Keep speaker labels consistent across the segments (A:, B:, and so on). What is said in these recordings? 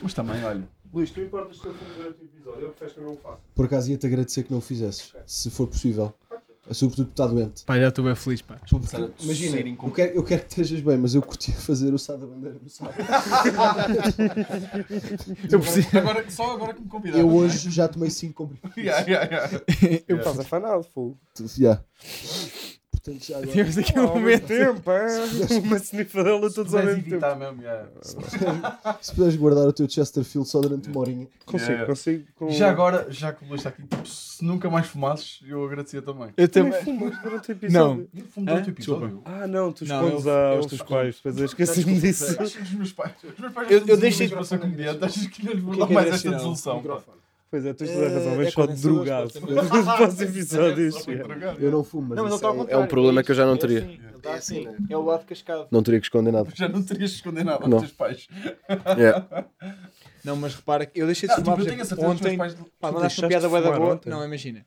A: Mas também, olha.
B: Luís, tu importas se eu for durante o episódio? Eu prefiro que eu não o faça.
C: Por acaso ia-te agradecer que não o fizesses, se for possível. É Sobretudo porque está doente.
D: Pá, já estou bem feliz, pá.
A: Sério,
C: Imagina,
A: serem com-
C: eu quero, eu quero que estejas bem, mas eu curti fazer o Sá da Bandeira no sábado.
D: Eu preciso.
A: Agora, só agora que me convidaram.
C: Eu hoje já tomei 5 comprimidos.
A: é? Yeah, yeah, yeah. É.
E: Eu estás afanado, fogo.
C: Já. Portanto, já agora.
D: Tivemos aqui um
E: Ao mesmo
D: momento.
E: tempo, hã? uma snifadela todos ao
A: Vais
E: mesmo tempo.
A: evitar mesmo, yeah.
C: Se puderes guardar o teu Chesterfield só durante uma horinha.
E: Consigo,
A: Yeah.
E: consigo. Com...
A: É. Já agora, já que o Luís está aqui, tipo, se nunca mais fumasses, eu agradecia também.
D: Eu
E: Também
D: também.
E: fumas durante o episódio.
A: Nem fumo durante o
D: Hã?
A: episódio.
E: Ah, não, tu
D: Não,
E: escondes
D: eu-
E: aos
D: eu
E: teus
D: escondo.
E: pais. Pois eu esqueci-me disso.
A: Achas que os meus pais. Os meus pais
D: Eu-
A: não
D: eu
A: são
D: deixei-
A: desumildes para ser comediante, achas que não lhes vou
D: que é
A: dar
D: que é
A: mais
D: desse
A: esta
D: sinal?
A: desilusão. pá.
E: Pois é, tens toda a razão.
F: É,
E: Mas
F: é
E: só
F: quando é só
E: drogado.
F: as
E: Para os
A: É, Só
E: episódios.
A: para
E: yeah.
A: entregar,
C: Eu não fumo, mas,
F: Não, mas ele
C: isso
F: está ao
C: é-
F: contrário.
G: um problema que eu já não teria.
F: É assim, ele está
G: É
F: assim.
G: assim.
F: É o lado cascado.
G: Não teria que esconder nada.
A: Já não terias de esconder nada aos
G: Não.
A: teus pais.
G: Yeah.
D: Não, mas repara que eu deixei de
A: Ah, tipo,
D: fumar.
A: eu
D: por
A: tenho a
D: exemplo,
A: certeza que os
D: Ontem.
A: meus pais.
D: Pá,
E: Tu
D: mandaste uma
E: deixaste
D: piada
E: de
D: bué da
E: fumar
D: boa.
E: ontem?
D: Não, imagina.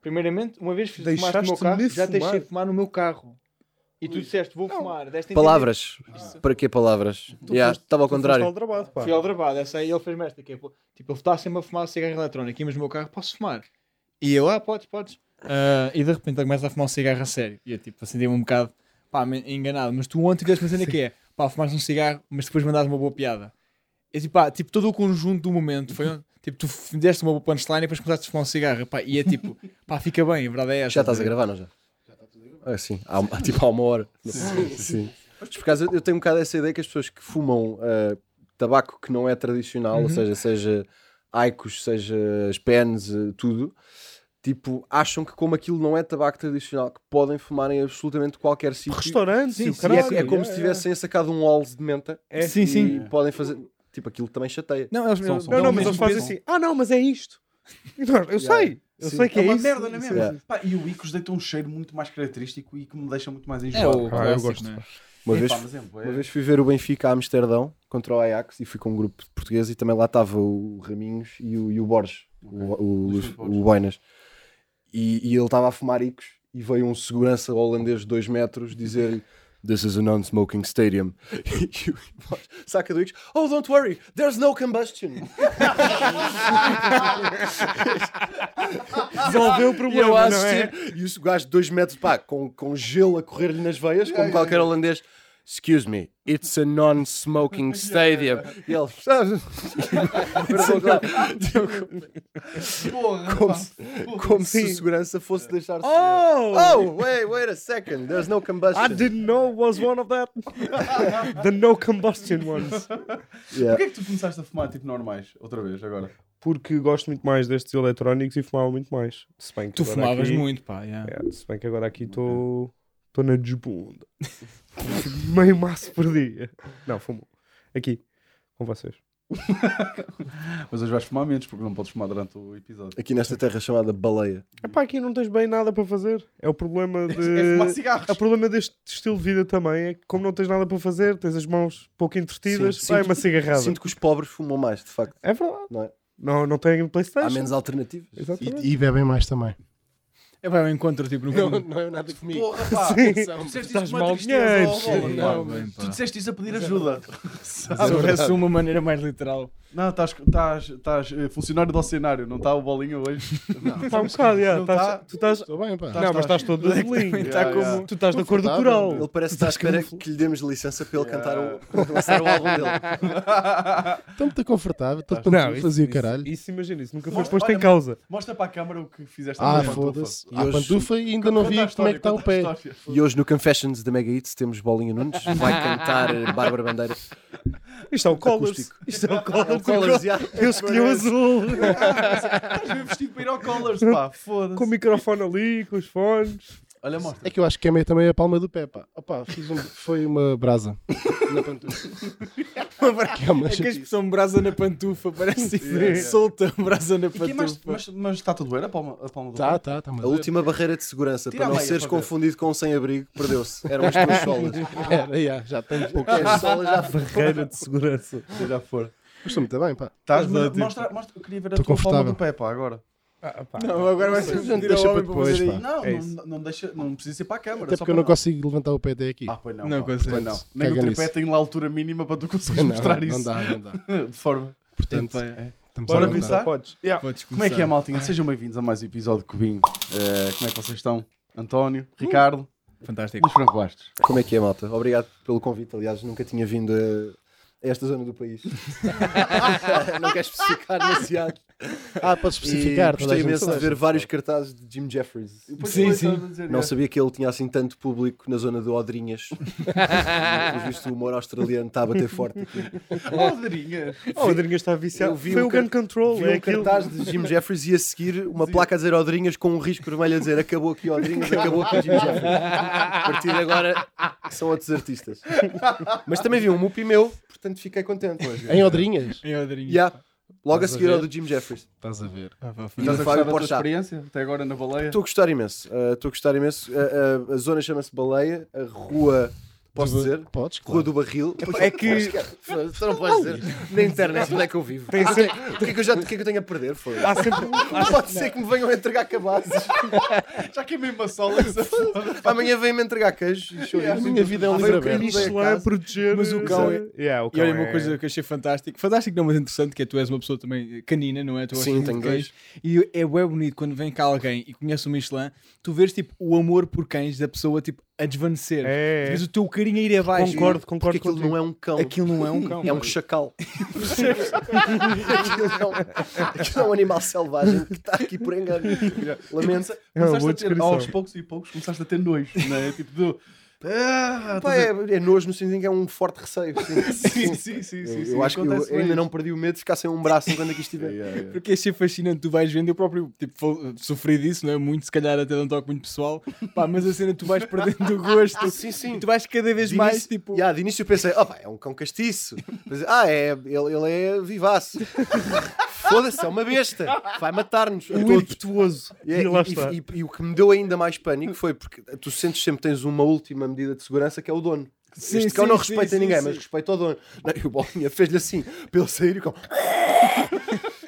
F: Primeiramente, uma vez fiz fumaste no meu
E: Deixaste-me
F: carro,
E: de
F: já deixei
E: fumar.
F: de fumar no meu carro. E tu disseste, vou fumar. Deste a entender-
G: Palavras. Para que palavras? Yeah, Estava ao
E: Tu
G: contrário.
E: foste aldrabado, pá.
F: Fui ao dravado, essa aí ele fez-me esta. Que é, pô, tipo, ele está sempre a fumar cigarro eletrónico. E mas no meu carro, posso fumar? E eu, ah, podes, podes. Ah, e de repente ele começa a fumar um cigarro a sério. E eu, tipo, acendi-me um bocado, pá, me- enganado. Mas tu ontem tiveste uma cena que é, pá, fumaste um cigarro, mas depois mandaste uma boa piada. E tipo, pá, tipo, todo o conjunto do momento foi. Tipo, tu f- deste uma boa punchline e depois começaste a fumar um cigarro. Pá, e é tipo, pá, fica bem, a verdade é essa.
G: Já estás a gravar, não já? Ah, sim, há, há- tipo há uma hora. Sim. Mas por acaso eu tenho um bocado essa ideia que as pessoas que fumam ah, tabaco que não é tradicional,
E: Uhum.
G: ou seja, seja aicos, seja as pens, ah, tudo, tipo, acham que como aquilo não é tabaco tradicional, que podem fumar em absolutamente qualquer sítio.
E: Restaurantes, e o
G: E
E: caralho.
G: é, é como
E: yeah,
G: se tivessem sacado um alls de menta
E: yeah. É.
D: Sim, sim.
G: e podem fazer. Tipo, aquilo também chateia.
D: Não, eles
A: São- são-
E: Não,
A: Dá
E: não,
A: o
E: mas
A: mesmo
E: eles fazem
A: peso.
E: assim. Ah, não, mas é isto. E nós, Eu sei. Eu
C: Sim.
E: sei que
A: É
E: é
A: uma
E: isso.
A: merda, não é mesmo?
G: Yeah.
A: Pá, e o Icos deita um cheiro muito mais característico e que me deixa muito mais
D: É
A: enjoado.
D: o
E: Ah, eu gosto.
D: clássico, né?
G: Uma
A: Epá,
G: vez
A: mas é bué.
G: Uma vez fui ver o Benfica a Amsterdão contra o Ajax e fui com um grupo de portugueses e também lá estava o Raminhos e o, e o Borges, o, o,
A: Luís
G: Luís-
A: Filipe Borges.
G: o Boinas. E, e ele estava a fumar icos e veio um segurança holandês de 2 metros dizer-lhe This is a non-smoking stadium. E o Borges saca do icos Oh, don't worry, there's no combustion.
E: Resolveu o
G: E eu
E: problema,
G: a
E: não é?
G: assistir. E o gajo de 2 metros, pá, com, com gelo a correr-lhe nas veias, como qualquer holandês. Excuse me, it's a non-smoking stadium. E ele. Perdão, claro.
A: Porra,
G: Como
A: pá.
G: se, como se o
E: Sim.
G: segurança fosse deixar. Oh!
E: Oh!
G: oh, wait, wait a second, there's no
E: I
G: combustion.
E: didn't know was one of that. The no combustion ones.
G: Yeah.
A: Porquê é que tu começaste a fumar tipo normais outra vez agora?
E: Porque gosto muito mais destes eletrónicos e fumava muito mais. Se bem que
D: Tu
E: agora
D: fumavas
E: aqui-
D: muito, pá. yeah.
E: É, se bem que agora aqui estou estou na desbunda. Meio maço por dia. Não, fumo. Aqui, com vocês.
A: Mas hoje vais fumar menos porque não podes fumar durante o episódio.
G: Aqui nesta terra chamada baleia.
E: Epá, aqui não tens bem nada para fazer. É o problema
A: É fumar
E: de...
A: cigarros.
E: O problema deste estilo de vida também é que como não tens nada para fazer, tens as mãos pouco entretidas,
G: Sim,
E: sai
G: sinto-
E: uma cigarrada.
G: Sinto que os pobres fumam mais, de facto.
E: É verdade.
G: Não é?
E: Não, não tem
G: Há
E: Playstation.
G: menos alternativas.
E: Exatamente.
H: E, e bebem mais também.
D: É vai ao encontro, tipo, no fundo.
G: não é nada comigo.
A: Porra, pá. Tu disseste
E: Estás
A: isso com uma
E: mal
A: tristeza, ó,
E: dinheiro.
A: bola,
D: Pá,
A: não.
D: bem, pá.
A: Tu disseste isso a pedir ajuda.
D: Se houvesse uma maneira mais literal.
A: Não, estás, estás, estás eh, funcionário do cenário, não está o bolinho hoje.
E: Está um bocado, já.
A: Não
E: Estás-
A: tá?
E: Tu estás...
H: Estou bem, pá.
E: Não, mas estás todo azulinho.
D: Está
A: Yeah,
D: como.
A: yeah.
E: Tu estás da cor do
H: Confortável.
E: coral.
G: Ele parece que está à espera que lhe demos licença para ele cantar o, para lançar um o álbum dele.
H: Estou muito confortável. Estou
E: Não,
H: a
E: isso-
H: fazer o
E: isso-
H: caralho.
E: Isso, imagina, isso nunca foi
A: Mostra-
E: posto em
A: olha,
E: causa.
A: Mostra para a câmara o que fizeste
H: Ah,
A: com a pantufa.
H: foda-se.
G: E
H: A
G: hoje-
H: pantufa e ainda não vi
A: Conta a
H: como é
A: história,
H: que está o
A: conta a
H: pé.
A: história.
G: E hoje no Confessions da Mega Hits temos Bolinha Nunes, vai cantar Bárbara Bandeira.
E: Isto é o Collars. Isto é o Collars. Eu escolhi o azul.
A: Estás bem vestido para ir ao Collars, pá,
E: Com o
A: foda-se.
E: microfone ali, com os fones.
A: Olha, mostra.
H: É que eu acho que queimei também a palma do pé, pá. Opa, fiz um- foi uma brasa. Na pantufa. Que é uma
D: É que a
H: chatice.
D: expressão brasa na pantufa parece tipo,
A: Yeah.
D: solta brasa na
A: E quem mais-
D: pantufa.
A: mas, mas está tudo bem a palma, a palma do
H: Tá,
A: pé?
H: tá, tá. mas
G: A última barreira de segurança,
A: Tira
G: para
A: a
G: não
A: meia,
G: seres
A: pode ver.
G: confundido com um sem-abrigo, perdeu-se. Eram as tuas solas.
H: Era, já, já tenho pouco.
G: As solas já foram.
E: Barreira de segurança.
A: Seja a for.
H: Mas Estou muito bem, pá.
A: Estás, tipo,
E: Estás
A: mas
E: ótimo.
A: mostra, mostra, eu queria ver a
H: Estou
A: tua palma
H: confortável.
A: do pé, pá, agora.
E: Ah, pá.
D: Não, agora vai
H: Mas
D: ser
H: a gente
D: pedir ao
H: deixa para
D: homem para
H: depois,
D: fazer
H: pá.
D: aí.
A: Não,
E: É isso.
A: não, não, deixa, não precisa ser para a câmara.
H: Até
A: só
H: porque eu
A: para
H: não consigo levantar o pé até aqui.
A: Ah, pois não.
D: Não
A: pá.
D: consegue.
A: Pois não. Nem o
H: Caga
A: tripé
H: nisso.
A: tem lá a altura mínima para tu conseguires
H: Não,
A: mostrar
H: não
A: isso
H: dá, não dá.
A: de forma.
H: Portanto,
D: Epá,
H: estamos
A: Bora
H: a levantar.
A: começar?
E: Podes.
D: podes
A: Como é que é,
D: começar.
A: maltinha? Sejam bem-vindos a mais um episódio de Cubinho. Eh, como é que vocês estão? António, Ricardo,
D: Fantástico.
A: Luís Franco Bastos.
G: Como é que é, malta? Obrigado pelo convite. Aliás, nunca tinha vindo a, a esta zona do país. não quero especificar nesse ato.
H: Ah, podes especificar.
G: E
H: toda a
G: Gostei
H: gente
G: imenso de
H: sabe.
G: ver vários cartazes de Jim Jeffries.
D: Sim, sim.
G: Não sabia que ele tinha assim tanto público na zona de Odrinhas. Por visto, o humor australiano está a bater forte aqui.
A: Rodrinhas.
E: Oh, o Adrinhas está viciado.
G: Eu vi
E: Foi
G: um
E: o Gun
G: car-
E: Control.
G: Vi
E: é
G: um
E: aquilo.
G: cartaz de Jim Jeffries e a seguir uma placa a dizer Odrinhas com um risco vermelho a dizer acabou aqui Odrinhas, acabou aqui Jim Jeffries. A partir de agora são outros artistas. Mas também vi um Mupi meu, portanto fiquei contente.
H: Em Odrinhas?
D: Em Odrinho.
G: Yeah. Logo a
H: Estás a
G: seguir ao
H: ver?
G: do Jim Jeffries.
H: Estás a ver.
E: Ah,
G: E
A: Estás
G: do
A: a gostar da
G: Fábio
A: tua
G: Porchat.
A: experiência até agora na baleia?
G: Estou a gostar imenso. uh, Estou a gostar imenso. Uh, uh, a zona chama-se Baleia, a rua. Posso dizer?
H: Podes,
G: Rua
H: claro.
G: do Barril.
E: É que
G: Tu não podes dizer. Na internet, onde é que eu vivo?
E: Tem
G: Ah, O que é que eu já o que é que eu tenho a perder? Foi.
E: há sempre.
G: Não pode ser que me venham entregar cabazes.
A: Já queimei uma sola.
G: Amanhã vêm-me entregar queijos e
H: A
G: chouriços.
H: minha
D: Ah,
H: vida é um livro
E: Foi o que
H: aberto.
E: isto lá a proteger.
D: Mas o cão é-
E: Yeah, o
D: E
E: cão
D: olha uma
E: é-
D: coisa que eu achei fantástico. Fantástico não, mas interessante, que é tu és uma pessoa também eh, canina, não é? Tu gostas
G: Sim,
D: muito
G: tenho
D: de cães. E é bem bonito quando vem cá alguém e conhece o Michelin, tu vês tipo o amor por cães da pessoa tipo a desvanecer. Tu
E: É.
D: Vês o teu carinho a ir abaixo.
E: Concordo,
G: Porque
E: concordo
G: aquilo
E: contigo.
G: não é um cão.
D: Aquilo não é um cão.
G: É um chacal. aquilo, é um, aquilo é um animal selvagem que está aqui por engano. Lamento.
E: É
A: Começaste a
E: uma boa
A: ter,
E: descrição.
A: aos poucos e poucos, começaste a ter nojo, não é? Tipo do... Ah,
G: Pá, é, é nojo no sentido em que é um forte receio. sim.
A: Sim, sim, sim. sim,
G: eu
A: sim,
G: acho que eu
A: acontece bem
G: ainda
A: isto.
G: não perdi o medo de ficar sem um braço enquanto aqui estiver.
D: Porque achei fascinante, tu vais vendo, eu próprio tipo, fal- sofri disso, não é? Muito, se calhar até de um toque muito pessoal, pá, mas a cena tu vais perdendo o
E: Ah,
D: gosto,
G: Sim, sim.
D: e tu vais cada vez
G: De
D: mais
G: início-
D: tipo.
G: Yeah, de início eu pensei, oh, pá, é um cão castiço. Mas, ah, é, ele, ele é vivaço. Foda-se, é uma besta. Vai matar-nos. a
E: O
G: todos.
E: impetuoso.
G: E, é-
E: E lá
G: e-
E: está.
G: e- e- e o que me deu ainda mais pânico foi porque tu sentes sempre que tens uma última medida de segurança que é o dono.
D: Sim,
G: este cão
D: sim,
G: não
D: sim,
G: respeita
D: sim,
G: ninguém,
D: sim.
G: mas respeita o dono. Não, e o Bolinha fez-lhe assim, para ele sair e o cão.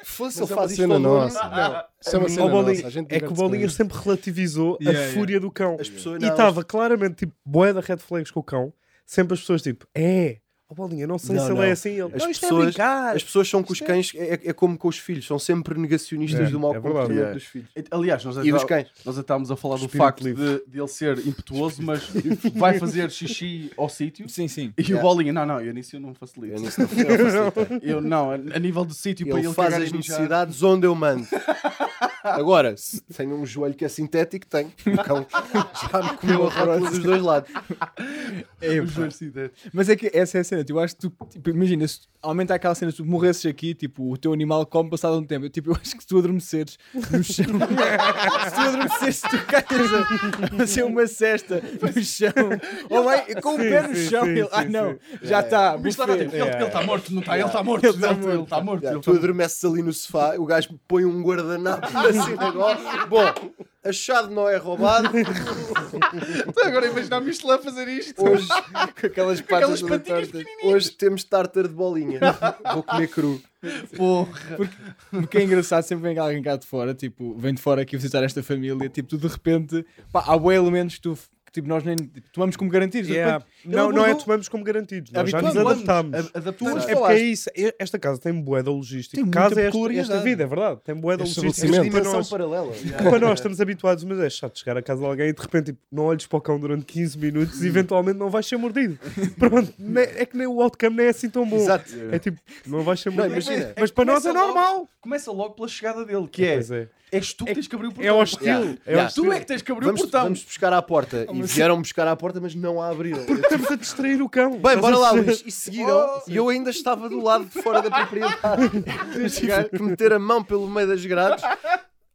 G: Foda-se, ele
H: Isso é
G: faz
H: uma
G: isto para
H: cena
G: o dono.
H: nossa.
G: Não,
H: Isso é uma
E: Ó,
H: cena
E: Bolinha,
H: nossa. A gente
E: é que o
H: diverte-se com
E: Bolinha sempre relativizou
D: Yeah,
E: a
D: yeah.
E: fúria do cão.
G: as pessoas
E: E
G: não,
E: estava claramente tipo boé da red flags com o cão. Sempre as pessoas tipo, é, ó Bolinha, não sei
G: Não,
E: se
G: não.
E: ele é assim. Ele,
G: As
E: não, isto
G: pessoas-
E: é brincar.
G: As pessoas são com os cães, é, é como com os filhos, são sempre negacionistas
E: É,
G: do mau
E: é verdade.
G: comportamento
A: É.
G: dos filhos.
A: Aliás, nós
G: E dos
A: até,
G: cães.
A: nós até estávamos a falar do
E: Espírito
A: facto
E: livre.
A: de, de ele ser impetuoso, mas vai fazer xixi ao sítio.
D: Sim, sim.
A: E
G: Yeah.
A: o Bolinha, não, não, eu nisso eu não facilito.
G: Eu
A: Eu,
G: nisso não facilito.
A: não, a, a nível do sítio, para
G: ele,
A: Tipo, ele
G: faz
A: cagar e
G: as
A: mijar.
G: necessidades onde eu mando.
E: Ah.
G: Agora, se tenho um joelho que é sintético, tenho. O cão já me comeu a rótula dos dois lados.
D: É,
A: Os
D: pá.
A: dois sítios.
D: Mas é que essa é a cena, tu acho que tu, tipo, imagina, se aumenta aquela cena, se tu morresses aqui, tipo, o teu animal come passado um tempo, eu, tipo, eu acho que se tu adormeceres no chão, se tu adormeceres, tu caias a fazer uma cesta no chão, ou vai com o pé no
E: sim,
D: chão,
E: sim,
D: ele, ah
E: sim,
D: não,
E: sim. É.
D: já tá, É. está,
A: Mas lá está, tipo, ele está morto, não está? Ele está morto, É. ele está morto. Ele está morto.
G: Já,
A: ele
G: tu
A: tá morto.
G: adormeces ali no sofá, o gajo põe um guardanapo na sinagoga. Bom, achado não é roubado.
A: Agora imagina a Michelin fazer isto.
G: Hoje, com aquelas patas
A: aquelas
G: toda
A: patinhas
G: tortas. Hoje temos tartar de bolinha. Vou comer cru.
A: Porra.
D: Porque é engraçado, sempre vem alguém cá de fora, tipo, vem de fora aqui visitar esta família, tipo, tu de repente, pá, há boi elementos que tu, que, tipo, nós nem tipo, tomamos como garantidos. de
E: Yeah.
D: repente, ele
E: Não, não é
D: abordou-
E: tomamos como garantidos. Nós já nos
D: Habituamos.
E: adaptámos.
A: Adaptamos.
E: É porque é isso. E- Esta casa tem bué da logística.
D: Tem muita
E: casa é esta,
D: peculiaridade.
E: esta vida, é verdade. Tem bué da
H: Este
E: logística.
H: estabelecimento.
E: Para
G: Dimensão
E: nós,
G: paralela.
E: que para nós estamos habituados, mas é chato chegar à casa de alguém e de repente tipo, não olhes para o cão durante 15 minutos e eventualmente não vais ser mordido. Pronto, nem- é que nem o outcome nem é assim tão bom.
G: Exato.
E: É tipo, não vais ser mordido.
G: imagina.
E: mas para nós é
A: Começa logo-
E: normal.
A: Começa logo pela chegada dele, que é.
E: Pois é.
A: És tu que tens que abrir o portão.
E: É hostil.
G: Yeah.
E: É
G: Yeah.
E: hostil.
A: Tu é que tens que abrir
G: Vamos,
A: o portão.
G: vamos buscar à porta. E vieram buscar à porta, mas não a abriram.
E: Estamos a distrair o cão.
G: Bem,
E: Estás
G: bora
E: a
G: lá,
E: perceber?
G: Luís. E seguiram.
A: Oh,
G: e eu ainda estava do lado de fora da propriedade. Tive que meter a mão pelo meio das grades.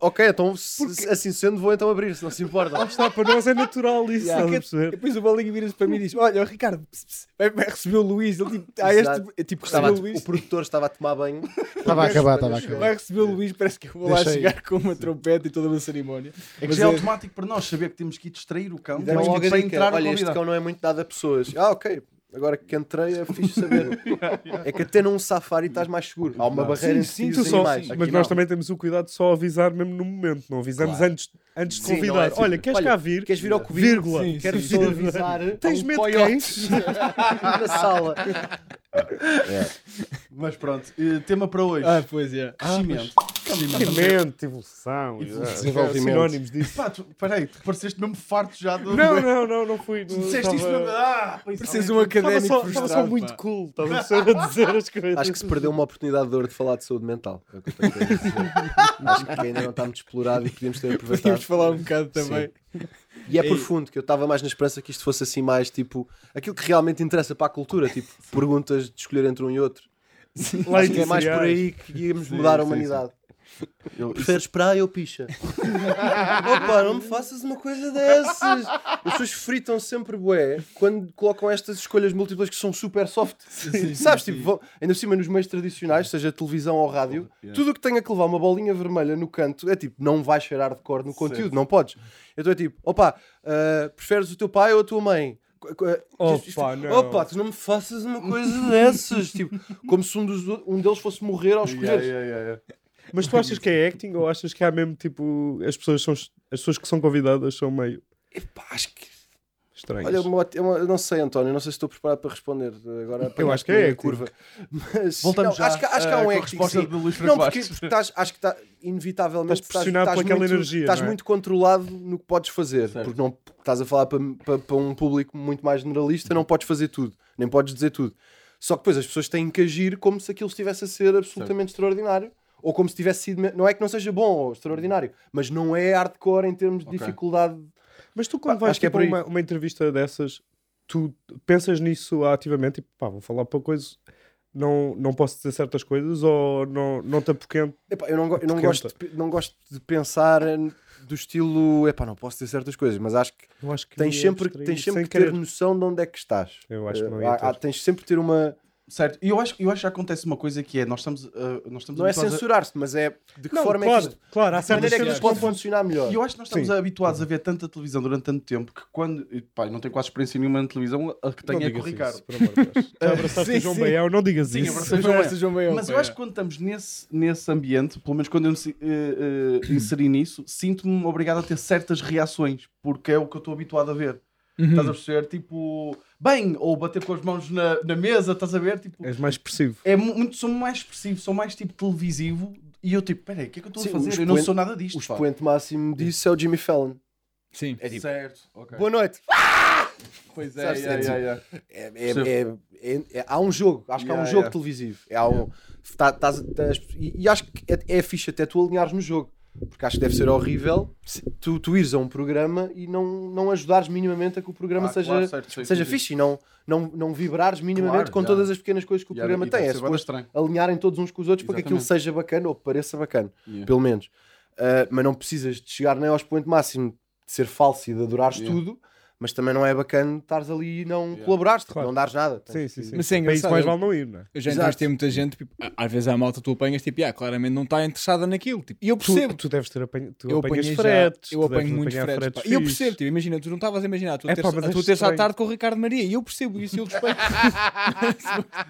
G: Ok, então se- se- assim sendo, vou então abrir, se não se importa.
E: Está, para nós é natural isso.
G: Yeah.
E: Estás a perceber?
D: Depois o Bolinho vira-se para mim e diz: Olha, o Ricardo, pss, pss, vai, vai receber o Luís. Ele tipo, ah,
G: Exato.
D: este, é, tipo
G: Estava a-
D: recebeu o
G: o
D: Luís.
G: produtor estava a tomar banho.
H: Estava a acabar, estava a acabar.
D: Vai receber o Luís, parece que eu vou lá
H: Deixa aí.
D: chegar com uma trompeta e tipo, toda uma cerimónia.
A: É que
D: Mas
A: já é
D: é-
A: automático para nós saber que temos que ir distrair o cão.
G: E demos
A: mas
G: logo
A: que
G: a
A: para
G: dica,
A: entrar a
G: olha, este
A: convidar.
G: cão não é muito dado a pessoas. Ah, ok. Agora que entrei, é fixe saber. É que até num safari estás mais seguro. Há uma barreira entre
E: Sim,
G: ti e
E: tu
G: os
E: só,
G: animais.
E: mas
G: Aqui
E: nós
G: não.
E: também temos o cuidado de só avisar mesmo no momento, não avisamos
G: Claro.
E: antes, antes de
G: Sim, não é
E: convidar.
G: assim,
E: Olha, queres
G: olha,
E: cá vir?
G: Queres vir ao cubinho?
E: Vírgula.
F: Sim,
E: queres
F: sim.
E: vir?
F: avisar. a
E: Tens
F: um
E: medo de
F: coiote.
E: quem?
G: na sala.
A: Mas pronto, eh, tema para hoje.
F: Ah, pois é.
A: Crescimento.
E: Crescimento, evolução, yeah.
H: Desenvolvimento.
E: sinónimos disso.
A: Pá, tu, peraí, tu pareceste mesmo farto já do.
E: Não, não, não, não fui.
A: Tu disseste isto mesmo.
E: mesmo.
A: Ah, pois
G: é
D: Pareces
A: tá.
D: um
E: Estava
D: académico
E: só, estava
D: frustrado.
E: só muito
D: pá.
E: cool, estava só a dizer as coisas.
G: Acho que se perdeu uma oportunidade de ouro de falar de saúde mental. É o que eu tenho para dizer. Acho que ainda não está muito explorado e podíamos ter aproveitado.
D: Podíamos falar um bocado também.
G: E é
D: Ei.
G: profundo, que eu estava mais na esperança que isto fosse assim mais tipo aquilo que realmente interessa para a cultura, tipo perguntas de escolher entre um e outro. Acho
E: Leite
G: que é
E: e
G: mais por
E: cereais.
G: aí que íamos
A: Sim,
G: mudar
A: sim,
G: a
A: sim.
G: humanidade.
A: Eu-
G: Preferes praia ou picha? Opa, não me faças uma coisa dessas. As pessoas fritam sempre bué quando colocam estas escolhas múltiplas que são super soft. Sabes, tipo, vão- ainda por cima nos meios tradicionais, seja televisão ou rádio,
A: Yeah.
G: tudo o que tenha que levar uma bolinha vermelha no canto é tipo, não vais cheirar de cor no conteúdo, não podes. Então é tipo, opa, ah, preferes o teu pai ou a tua mãe? Co- co- isto- isto-
E: Opa, não.
G: Opa, tu não me faças uma coisa dessas. tipo, como se um, dos, do- um deles fosse morrer ao escolher.
A: Yeah, yeah, yeah, yeah.
E: Mas tu achas que é acting ou achas que há mesmo tipo. As pessoas, são, as pessoas que são convidadas são meio
G: Epá, acho que
E: estranhas?
G: Olha, é uma ótima- uma- eu não sei, António, não sei se estou preparado para responder. eh, Agora
E: Eu acho que
G: apanhaste-me
E: é
G: na
E: acting.
G: curva. Mas,
A: Voltamos
G: não,
A: já.
G: Acho que, acho que há
A: ah,
G: um
A: com a
G: acting.
A: resposta
G: sim.
A: de Luís
G: Não, porque,
A: Fragosto.
G: porque estás, acho que está, inevitavelmente,
E: Estás pressionado por aquela
G: muito,
E: energia,
G: Estás
E: não é?
G: muito controlado no que podes fazer, porque não estás a falar para, para- para um público muito mais generalista, não podes fazer tudo, nem podes dizer tudo. Só que depois as pessoas têm que agir como se aquilo estivesse a ser absolutamente extraordinário. Ou como se tivesse sido. me- Não é que não seja bom ou extraordinário, mas não é hardcore em termos de
A: Ok.
G: dificuldade.
E: Mas tu, quando
G: Pá,
E: vais
G: acho que é
E: tipo,
G: por
E: a
G: aí.
E: uma, uma entrevista dessas, tu pensas nisso ativamente e pá, vou falar para coisas. Não, não posso dizer certas coisas ou não, não te apoquento.
G: Epá, eu não, go- eu não
E: Porque
G: gosto de, pe- não gosto de pensar em- do estilo. Epá, não posso dizer certas coisas, mas acho que
E: Eu acho que
G: tens
E: me ia
G: sempre,
E: distrair
G: tens sempre
E: sem
G: que ter
E: querer.
G: noção de onde é que estás.
E: Eu acho que não
G: Eh,
E: ia
G: há- há-
E: ter.
G: tens sempre que ter uma.
A: Certo, e eu acho, eu acho que acontece uma coisa que é: nós estamos. ah, nós estamos
G: Não é
A: habituados a-
G: censurar-se, mas é de que
E: Não,
G: forma
E: claro,
G: é que isto.
E: claro, há
G: De que
E: certas
G: maneira é que
E: coisas
G: isto
E: que não
G: pode
E: podes.
G: funcionar melhor.
A: E eu acho que nós estamos habituados a ver tanta televisão durante tanto tempo que quando. e, Pá, eu não tenho quase experiência nenhuma na televisão, a que
E: Não
A: tenho é com o
E: digas
A: Ricardo.
E: isso, por amor de Deus. Já abraçaste
D: sim,
E: o João
D: sim.
E: Baião, não digas
A: Sim,
E: isso.
A: abraçaste-
D: Sejam- sejam bem,
A: Mas
D: pá,
A: eu acho
D: é.
A: que quando estamos nesse, nesse ambiente, pelo menos quando eu me si- eh, eh, inseri nisso, sinto-me obrigado a ter certas reações, porque é o que eu estou habituado a ver.
D: Uhum.
A: Estás a perceber? Tipo, bem, ou bater com as mãos na, na mesa, estás a ver? Tipo,
E: És mais expressivo.
A: é mu- muito, sou mais expressivo, sou mais tipo televisivo, e eu tipo, peraí, o que é que eu estou a
G: Sim, o
A: fazer? Eu
G: expoente-
A: não sou nada disto.
G: O
A: pá.
G: expoente máximo disso é o Jimmy Fallon.
F: Sim.
G: É tipo,
A: Certo, ok.
G: boa noite.
A: Pois é,
G: Sabes,
A: yeah,
G: é
A: yeah,
G: tipo-
A: yeah.
G: É- é- é- é- é- há um jogo, acho que há um
A: Yeah,
G: jogo
A: yeah.
G: televisivo. É, há um, tá- tás- tás- e, e acho que é, é fixe até tu alinhares no jogo, porque acho que deve ser horrível tu, tu ires a um programa e não, não ajudares minimamente a que o programa
A: Ah,
G: seja,
A: claro, certo, sim,
G: seja
A: sim,
G: fixe e não, não, não vibrares minimamente
A: Claro,
G: com
A: yeah.
G: todas as pequenas coisas que o
A: Yeah,
G: programa
A: e
G: tem.
A: deve
G: É
A: ser bué
G: suposto
A: estranho.
G: alinharem todos uns com os outros para que aquilo
A: Exatamente.
G: seja bacana ou pareça bacana,
A: Yeah.
G: pelo menos. Ah, mas não precisas de chegar nem ao expoente máximo de ser falso e de adorares
A: Yeah.
G: tudo, mas também não é bacana estares ali e não
A: Yeah.
G: colaborares, tipo,
E: Claro.
G: não dares nada.
E: Sim, sim, sim.
F: Mas sim, é
E: Para isso
F: engraçado.
E: mais vale não ir, não é?
F: Eu já
G: Exato.
F: entrevistei muita gente, tipo, a- às vezes há malta que tu apanhas, tipo, ah, claramente não está interessada naquilo. Tipo, e eu
E: Tu,
F: percebo.
E: tu deves ter apanhado. Tu
F: eu
E: apanhas
F: apanhei já-
E: fretes.
F: eu
E: tu
F: apanho
E: deves
F: muitos
E: apanhar
F: fretes. pá. E eu
E: fixes.
F: percebo, tipo, imagina, tu não estavas a imaginar a tua
E: É,
F: terça,
E: pá, mas
F: a
E: é
F: tua terça à
E: estranho.
F: tarde com o Ricardo Maria. E eu percebo isso, e eu respeito.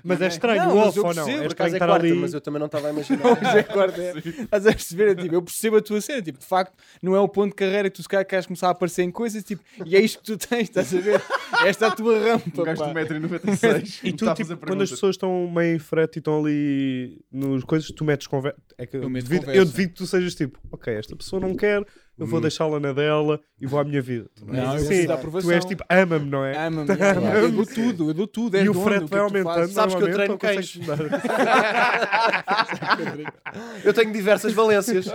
E: Mas é estranho,
F: Não,
E: o
F: mas
E: off
F: eu
E: ou não?
F: percebo, por
E: É
G: Por
E: estranho
G: acaso é
E: estar
G: quarta,
E: ali.
G: mas eu também não estava a imaginar.
F: Mas é claro, é. Estás a perceber? É, Tipo, eu percebo a tua cena. Tipo, de facto, não é o ponto de carreira que tu se calhar queres começar a aparecer em coisas. Tipo, e é isto que tu tens, estás a ver? Esta é a tua
A: Um
F: rampa.
A: gajo
F: pá.
A: de 1,96m.
E: E tu, tipo, quando as pessoas estão meio em frete e estão ali nos coisas, tu metes conversa. É que eu,
F: meto
E: devido, eu
F: conversa. Hum.
E: devido que tu sejas tipo, ok, esta pessoa não quer, eu vou deixá-la na dela e vou à minha vida. Tu
F: Não, eu
E: és
F: preciso da
E: assim.
F: aprovação.
E: tu és tipo, ama-me, não é?
F: Ama-me, ama-me. Eu dou tudo, eu dou tudo. és
E: e o
F: dono,
E: frete
F: que
E: vai
F: é que tu
E: aumentando.
F: fazes?
G: Sabes que eu
E: normalmente,
G: treino
E: não consegues
G: eu tenho diversas valências.